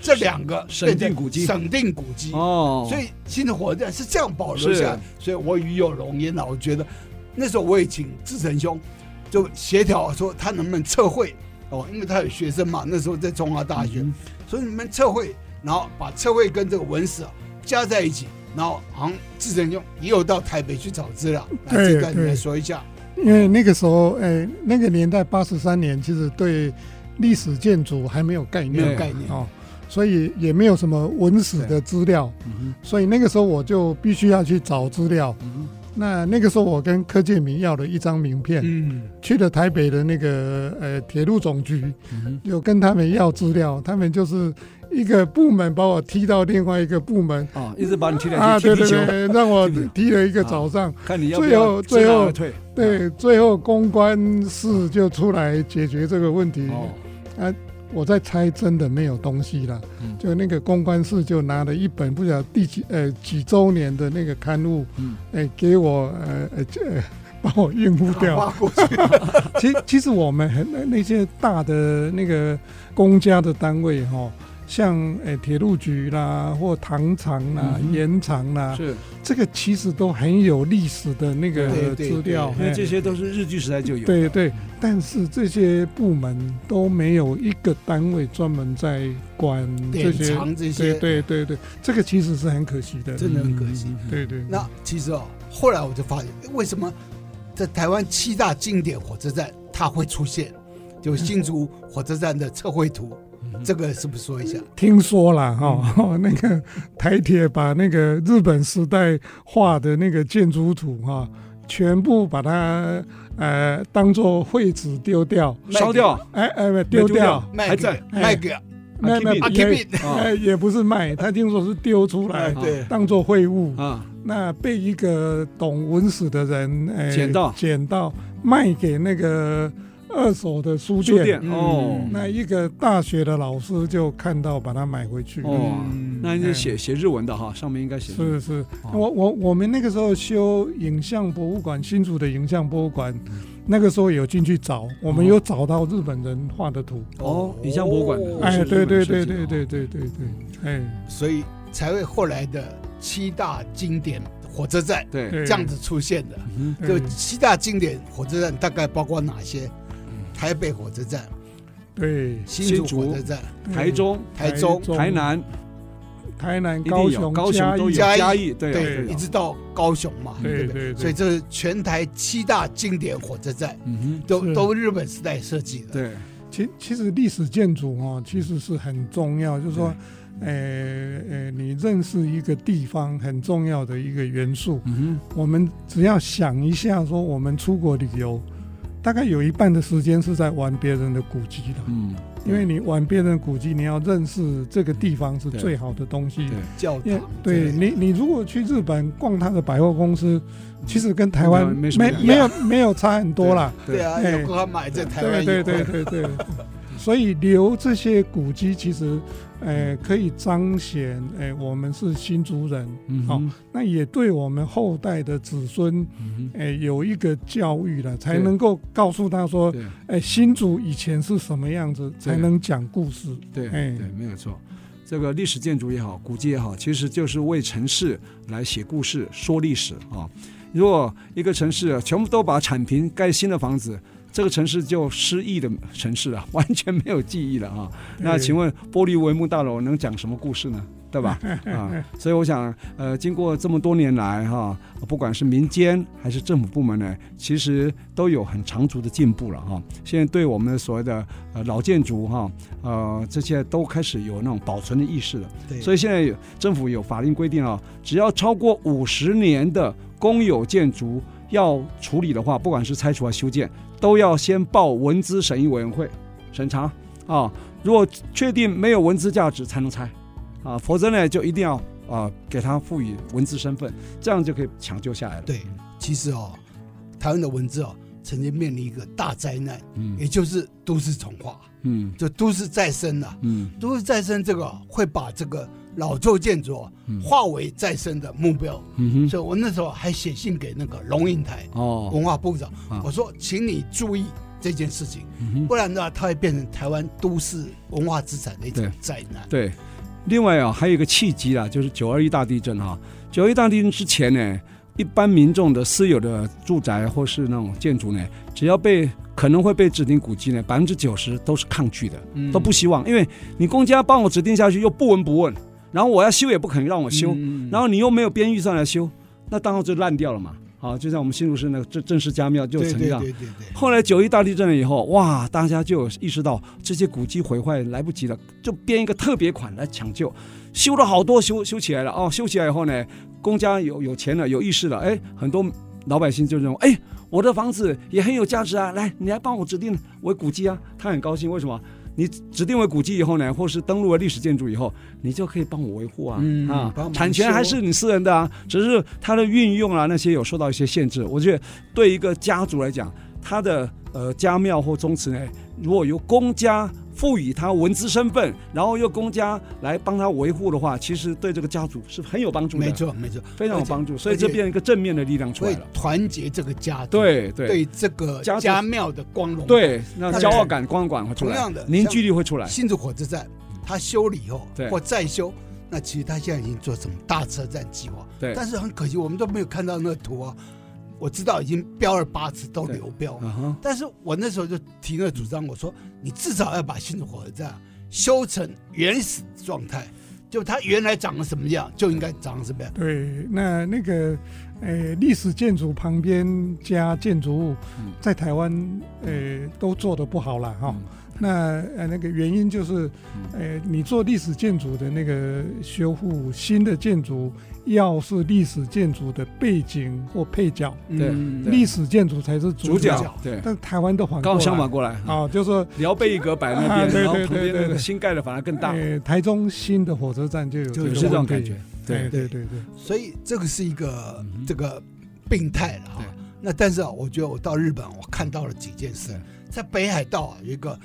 Speaker 2: 这两个
Speaker 1: 审定古迹
Speaker 2: 审定古迹。
Speaker 1: 哦，
Speaker 2: 所以新的火车站是这样保留下来
Speaker 1: 是，
Speaker 2: 所以我与有荣焉了。啊我觉得那时候我也请志成兄就协调说他能不能测绘哦，因为他有学生嘛，那时候在中华大学，
Speaker 1: 嗯
Speaker 2: 所以你们测绘，然后把测绘跟这个文史、啊、加在一起，然后好像志成兄也有到台北去找资料，来
Speaker 3: 对
Speaker 2: 这个你来
Speaker 3: 对
Speaker 2: 说一下。
Speaker 3: 因为那个时候，哎，那个年代八十三年，其实对历史建筑还没有概念，
Speaker 2: 没有概念
Speaker 3: 哦，所以也没有什么文史的资料。
Speaker 1: 嗯哼
Speaker 3: 所以那个时候我就必须要去找资料。
Speaker 1: 嗯
Speaker 3: 那那个时候我跟柯建明要了一张名片，
Speaker 2: 嗯，
Speaker 3: 去了台北的那个呃铁路总局，
Speaker 1: 哼，
Speaker 3: 有跟他们要资料，他们就是一个部门把我踢到另外一个部门。
Speaker 1: 哦，一直把你踢
Speaker 3: 啊，
Speaker 1: 来踢
Speaker 3: 对
Speaker 1: 踢
Speaker 3: 对
Speaker 1: 球，啊
Speaker 3: 对，让我
Speaker 1: 踢球
Speaker 3: 踢了一个早上，
Speaker 1: 看你要不
Speaker 3: 最
Speaker 1: 要知
Speaker 3: 后
Speaker 1: 难
Speaker 3: 最后
Speaker 1: 而退，
Speaker 3: 对，最后公关室就出来解决这个问题。
Speaker 1: 哦，
Speaker 3: 我在猜，真的没有东西了。
Speaker 1: 嗯
Speaker 3: 就那个公关室就拿了一本不晓得第几呃几周年的那个刊物，
Speaker 1: 嗯，
Speaker 3: 哎、给我呃呃这 呃把我应付 掉。
Speaker 2: 挖过去，
Speaker 3: 其其实我们很那那些大的那个公家的单位哈、像呃铁路局啦，或糖厂啦
Speaker 1: 嗯、哼
Speaker 3: 盐厂啦，
Speaker 1: 是，
Speaker 3: 这个其实都很有历史的那
Speaker 2: 对
Speaker 3: 个
Speaker 2: 对
Speaker 3: 资料。
Speaker 1: 因为
Speaker 3: 哎
Speaker 1: 这些都是日据时代就有，
Speaker 3: 对对，但是这些部门都没有一个单位专门在管这
Speaker 2: 典
Speaker 3: 些。
Speaker 2: 藏这
Speaker 3: 对
Speaker 2: 些，
Speaker 3: 对对对，这个其实是很可惜的。
Speaker 2: 真的很可惜。
Speaker 3: 对对，
Speaker 2: 那其实哦，后来我就发现，诶为什么在台湾七大经典火车站它会出现，就新竹火车站的测绘图，这个是不是说一下？
Speaker 3: 听说啦哈、 那个台铁把那个日本时代画的那个建筑图哈、全部把它呃当做废纸丢掉，
Speaker 1: 烧掉，
Speaker 3: 哎哎不丢
Speaker 1: 丢掉
Speaker 3: 掉，
Speaker 2: 卖
Speaker 1: 还
Speaker 2: 给
Speaker 1: 在
Speaker 2: 卖给
Speaker 3: 那那
Speaker 2: 阿
Speaker 1: 啊
Speaker 2: K
Speaker 3: 也
Speaker 2: B，
Speaker 1: 啊
Speaker 3: 哎也不是卖，他听说是丢出来
Speaker 1: 嗯
Speaker 2: 哎对，
Speaker 3: 当做废物。
Speaker 1: 啊，
Speaker 3: 那被一个懂文史的人，哎，
Speaker 1: 捡到
Speaker 3: 捡到卖给那个二手的书
Speaker 1: 书
Speaker 3: 店。
Speaker 1: 店
Speaker 2: 嗯
Speaker 1: 哦，
Speaker 3: 那一个大学的老师就看到，把它买回去。
Speaker 1: 哦
Speaker 2: 嗯，
Speaker 1: 那就写写日文的哈，上面应该写
Speaker 3: 哎是是，
Speaker 1: 哦
Speaker 3: 我我我们那个时候修影像博物馆，新竹的影像博物馆，那个时候有进去找，我们
Speaker 1: 嗯哦
Speaker 3: 有找到日本人画的图。
Speaker 1: 哦，影像博物馆的，
Speaker 3: 哎，
Speaker 1: 是日
Speaker 3: 对
Speaker 1: 本
Speaker 3: 对
Speaker 1: 设
Speaker 3: 对
Speaker 1: 计的
Speaker 3: 对
Speaker 1: 哦
Speaker 3: 对对对对，哎，
Speaker 2: 所以才会后来的七大经典火车站
Speaker 1: 对，
Speaker 3: 对
Speaker 2: 这样子出现的。
Speaker 1: 嗯
Speaker 3: 对
Speaker 2: 就七大经典火车站大概包括哪些？台北火车站、
Speaker 3: 对
Speaker 2: 新
Speaker 1: 新
Speaker 2: 竹
Speaker 1: 竹
Speaker 2: 火车站、
Speaker 3: 对
Speaker 1: 台中、
Speaker 2: 台中
Speaker 1: 台、南
Speaker 3: 台南、
Speaker 1: 一定
Speaker 3: 高
Speaker 1: 有，
Speaker 3: 雄、
Speaker 1: 高雄都有，
Speaker 3: 嘉
Speaker 2: 嘉
Speaker 3: 义
Speaker 2: 义
Speaker 1: 嘉义对
Speaker 2: 对，一
Speaker 1: 有，
Speaker 2: 直到高雄嘛，
Speaker 3: 对
Speaker 2: 对不
Speaker 3: 对
Speaker 2: 对？
Speaker 3: 对
Speaker 2: 所以这是全台七大经典火车站，
Speaker 1: 嗯哼，
Speaker 2: 都
Speaker 3: 是
Speaker 2: 都日本时代设计的。
Speaker 3: 哦
Speaker 1: 对，
Speaker 3: 其其实历史建筑哦，其实是很重要，就是说，
Speaker 1: 嗯
Speaker 3: 呃呃，你认识一个地方很重要的一个元素。
Speaker 1: 嗯
Speaker 3: 我们只要想一下，说我们出国旅游，大概有一半的时间是在玩别人的古迹的
Speaker 1: 哼，，嗯，
Speaker 3: 因为你玩别人的古迹，你要认识这个地方是
Speaker 1: 对
Speaker 3: 最好的东西。
Speaker 1: 对
Speaker 2: 教
Speaker 3: 因为
Speaker 2: 堂之类
Speaker 3: 对
Speaker 2: 的
Speaker 3: 你，你如果去日本逛他的百货公司，其实跟台湾
Speaker 1: 没没什么
Speaker 3: 没
Speaker 1: 两
Speaker 3: 没有没有差很多啦。
Speaker 2: 对啊，
Speaker 3: 哎
Speaker 2: 有国买在台湾
Speaker 3: 对
Speaker 2: 有
Speaker 3: 对对对 对，所以留这些古迹，其实，呃，可以彰显，呃，我们是新族人，
Speaker 1: 嗯
Speaker 3: 好
Speaker 1: 哼，
Speaker 3: 那也对我们后代的子孙，
Speaker 1: 嗯
Speaker 3: 呃，有一个教育了，才
Speaker 1: 对
Speaker 3: 能够告诉他
Speaker 1: 哼，
Speaker 3: 说，
Speaker 1: 对
Speaker 3: 哎，新族以前是什么样子，才能讲故事。
Speaker 1: 对
Speaker 3: 哎
Speaker 1: 对，没有错。这个历史建筑也好，古迹也好，其实就是为城市来写故事、说历史啊。如果一个城市全部都把铲平盖新的房子，这个城市就失忆的城市了， 完全没有记忆了啊。那
Speaker 3: 对
Speaker 1: 请问玻璃帷幕大楼能讲什么故事呢？对吧？啊，所以我想，呃，经过这么多年来哈、不管是民间还是政府部门呢，其实都有很长足的进步了哈、现在对我们所谓的呃老建筑哈、呃这些都开始有那种保存的意识了。
Speaker 2: 对，
Speaker 1: 所以现在有政府有法令规定啊，只要超过五十年的公有建筑要处理的话，不管是拆除还是修建，都要先报文资审议委员会审查啊。如果确定没有文资价值才能拆啊，否则呢就一定要啊给它赋予文资身份，这样就可以抢救下来了。
Speaker 2: 对，其实哦，台湾的文字哦，曾经面临一个大灾难，
Speaker 1: 嗯
Speaker 2: 也就是都市重化，
Speaker 1: 嗯
Speaker 2: 就都市再生了、
Speaker 1: 嗯
Speaker 2: 都市再生这个哦会把这个老旧建筑哦
Speaker 1: 嗯
Speaker 2: 化为再生的目标，
Speaker 1: 嗯哼，
Speaker 2: 所以我那时候还写信给那个龙应台
Speaker 1: 哦，
Speaker 2: 文化部长
Speaker 1: 啊，
Speaker 2: 我说，请你注意这件事情，
Speaker 1: 嗯哼
Speaker 2: 不然的话，它会变成台湾都市文化资产的一
Speaker 1: 对
Speaker 2: 种灾难。
Speaker 1: 对，另外啊，还有一个契机啦，就是九二一大地震哈、九二一大地震之前呢，一般民众的私有的住宅或是那种建筑呢，只要被可能会被指定古迹呢，百分之九十都是抗拒的，
Speaker 2: 嗯
Speaker 1: 都不希望，因为你公家帮我指定下去又不闻不问，然后我要修也不肯让我修，
Speaker 2: 嗯
Speaker 1: 然后你又没有编预算来修，那当然就烂掉了嘛。啊，就像我们新竹市那个郑郑氏家庙就
Speaker 2: 对
Speaker 1: 曾
Speaker 2: 对
Speaker 1: 这样，
Speaker 2: 对对对，
Speaker 1: 后来九一大地震了以后，哇，大家就有意识到这些古迹毁坏来不及了，就编一个特别款来抢救，修了好多修修起来了哦，修起来以后呢，公家有有钱了，有意识了，哎，很多老百姓就认为，哎，我的房子也很有价值啊，来，你来帮我指定为古迹啊，他很高兴，为什么？你指定为古迹以后呢，或是登录为历史建筑以后，你就可以帮我维护啊、
Speaker 2: 嗯
Speaker 1: 啊
Speaker 2: 帮忙，
Speaker 1: 产权
Speaker 2: 修
Speaker 1: 还是你私人的啊，只是它的运用啊那些有受到一些限制。我觉得对一个家族来讲，他的呃家庙或宗祠呢，如果由公家赋予他文资身份，然后由公家来帮他维护的话，其实对这个家族是很有帮助的，
Speaker 2: 没，错没错，
Speaker 1: 非常有帮助。所以
Speaker 2: 而且
Speaker 1: 这变一个正面的力量嗯出来
Speaker 2: 会
Speaker 1: 了。
Speaker 2: 团结这个家族，
Speaker 1: 对对
Speaker 2: 对这个
Speaker 1: 家族
Speaker 2: 家庙的光荣。，
Speaker 1: 对，那
Speaker 2: 那
Speaker 1: 骄傲感、光荣感会出
Speaker 2: 同
Speaker 1: 来，
Speaker 2: 样的，
Speaker 1: 凝聚力会出来
Speaker 2: 像。新竹火车站，它修理以后
Speaker 1: 嗯对
Speaker 2: 或再修，那其实它现在已经做什么大车站计划，
Speaker 1: 对
Speaker 2: 但是很可惜，我们都没有看到那个图啊。我知道已经标了八次都
Speaker 1: 对
Speaker 2: 流标，
Speaker 1: 啊哈，
Speaker 2: 但是我那时候就提了主张，我说你至少要把新竹火车站修成原始状态，就它原来长得什么样就应该长成什么样。
Speaker 3: 对，那那个，呃，历史建筑旁边加建筑物
Speaker 1: 嗯，
Speaker 3: 在台湾呃都做得不好了哈。
Speaker 1: 嗯
Speaker 3: 那呃那个原因就是，呃，你做历史建筑的那个修复新的建筑，要是历史建筑的背景或配角，
Speaker 1: 对
Speaker 2: 嗯
Speaker 1: 对
Speaker 3: 历史建筑才是
Speaker 1: 主
Speaker 3: 主角。
Speaker 1: 角对，
Speaker 3: 但台湾都
Speaker 1: 刚
Speaker 3: 反过
Speaker 1: 好
Speaker 3: 来
Speaker 1: 相反过来，
Speaker 3: 啊，就是说
Speaker 1: 辽贝一格摆那
Speaker 3: 啊
Speaker 1: 边，
Speaker 3: 对
Speaker 1: 然后
Speaker 3: 对
Speaker 1: 旁
Speaker 3: 对
Speaker 1: 边那
Speaker 3: 对
Speaker 1: 个
Speaker 3: 对
Speaker 1: 新盖的反而更大，
Speaker 3: 呃，台中新的火车站就有
Speaker 2: 就
Speaker 3: 个
Speaker 1: 有
Speaker 2: 有
Speaker 1: 是这种
Speaker 3: 问题
Speaker 1: 感觉。
Speaker 3: 哎
Speaker 1: 对，
Speaker 3: 对对对。
Speaker 2: 所以这个是一个、
Speaker 1: 嗯哼
Speaker 2: 这个病态了哈
Speaker 1: 对。
Speaker 2: 那但是啊，我觉得我到日本，我看到了几件事
Speaker 1: 对，
Speaker 2: 在北海道啊有一个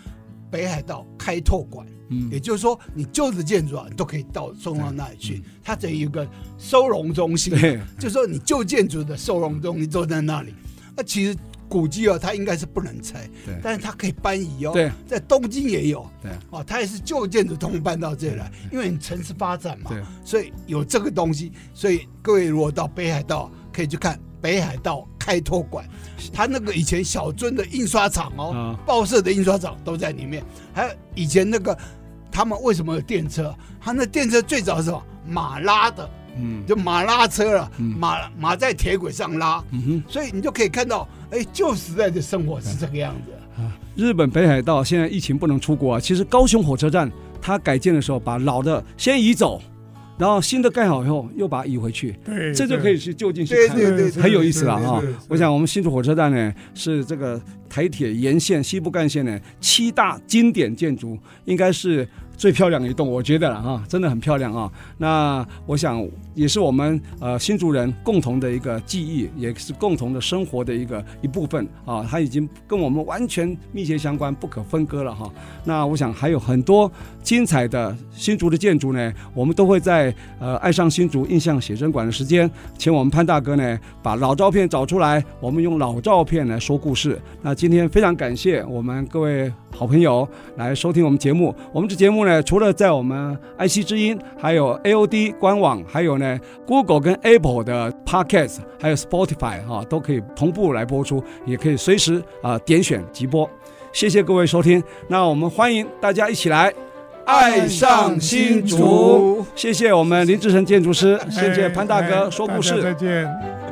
Speaker 2: 北海道开拓馆，
Speaker 1: 嗯
Speaker 2: 也就是说你旧的建筑啊，你都可以到送到那里
Speaker 1: 对
Speaker 2: 去
Speaker 1: 嗯，
Speaker 2: 它等于一个收容中心，
Speaker 1: 对，
Speaker 2: 就是说你旧建筑的收容中心都在那里。那其实古迹哦，它应该是不能拆，
Speaker 1: 对
Speaker 2: 但是它可以搬移哦。
Speaker 1: 对，
Speaker 2: 在东京也有，
Speaker 1: 对
Speaker 2: 哦，它也是旧建筑通搬到这里来，因为你城市发展嘛
Speaker 1: 对，
Speaker 2: 所以有这个东西，所以各位如果到北海道可以去看北海道开拓馆，它那个以前小樽的印刷厂哦
Speaker 1: 啊，
Speaker 2: 报社的印刷厂都在里面，还有以前那个他们为什么有电车？他那电车最早是什么马拉的，
Speaker 1: 嗯
Speaker 2: 就马拉车了，
Speaker 1: 嗯
Speaker 2: 马马在铁轨上拉，
Speaker 1: 嗯哼。
Speaker 2: 所以你就可以看到，哎，旧时代的生活是这个样子。
Speaker 1: 日本北海道现在疫情不能出国啊，其实高雄火车站它改建的时候，把老的先移走，然后新的盖好以后又把它移回去，
Speaker 3: 对，
Speaker 1: 这就可以去就近去
Speaker 2: 对
Speaker 1: 看。
Speaker 2: 对对
Speaker 1: 很有意思了啊
Speaker 3: 是是是！
Speaker 1: 我想我们新竹火车站呢，是这个台铁沿线西部干线呢七大经典建筑，应该是最漂亮的一栋，我觉得了啊，真的很漂亮啊。那我想也是我们呃新竹人共同的一个记忆，也是共同的生活的一个一部分啊，它已经跟我们完全密切相关，不可分割了哈、那我想还有很多精彩的新竹的建筑呢，我们都会在呃爱上新竹印象写真馆的时间，请我们潘大哥呢把老照片找出来，我们用老照片来说故事。那今天非常感谢我们各位好朋友来收听我们节目。我们这节目呢，除了在我们爱惜之音，还有 AOD 官网，还有呢 Google 跟 Apple 的 Podcast，还有 Spotify 哈、都可以同步来播出，也可以随时啊、点选即播。谢谢各位收听，那我们欢迎大家一起来爱上新竹。谢谢我们林志成建筑师，谢谢潘大哥说故
Speaker 3: 哎哎
Speaker 1: 事
Speaker 3: 大家。再见。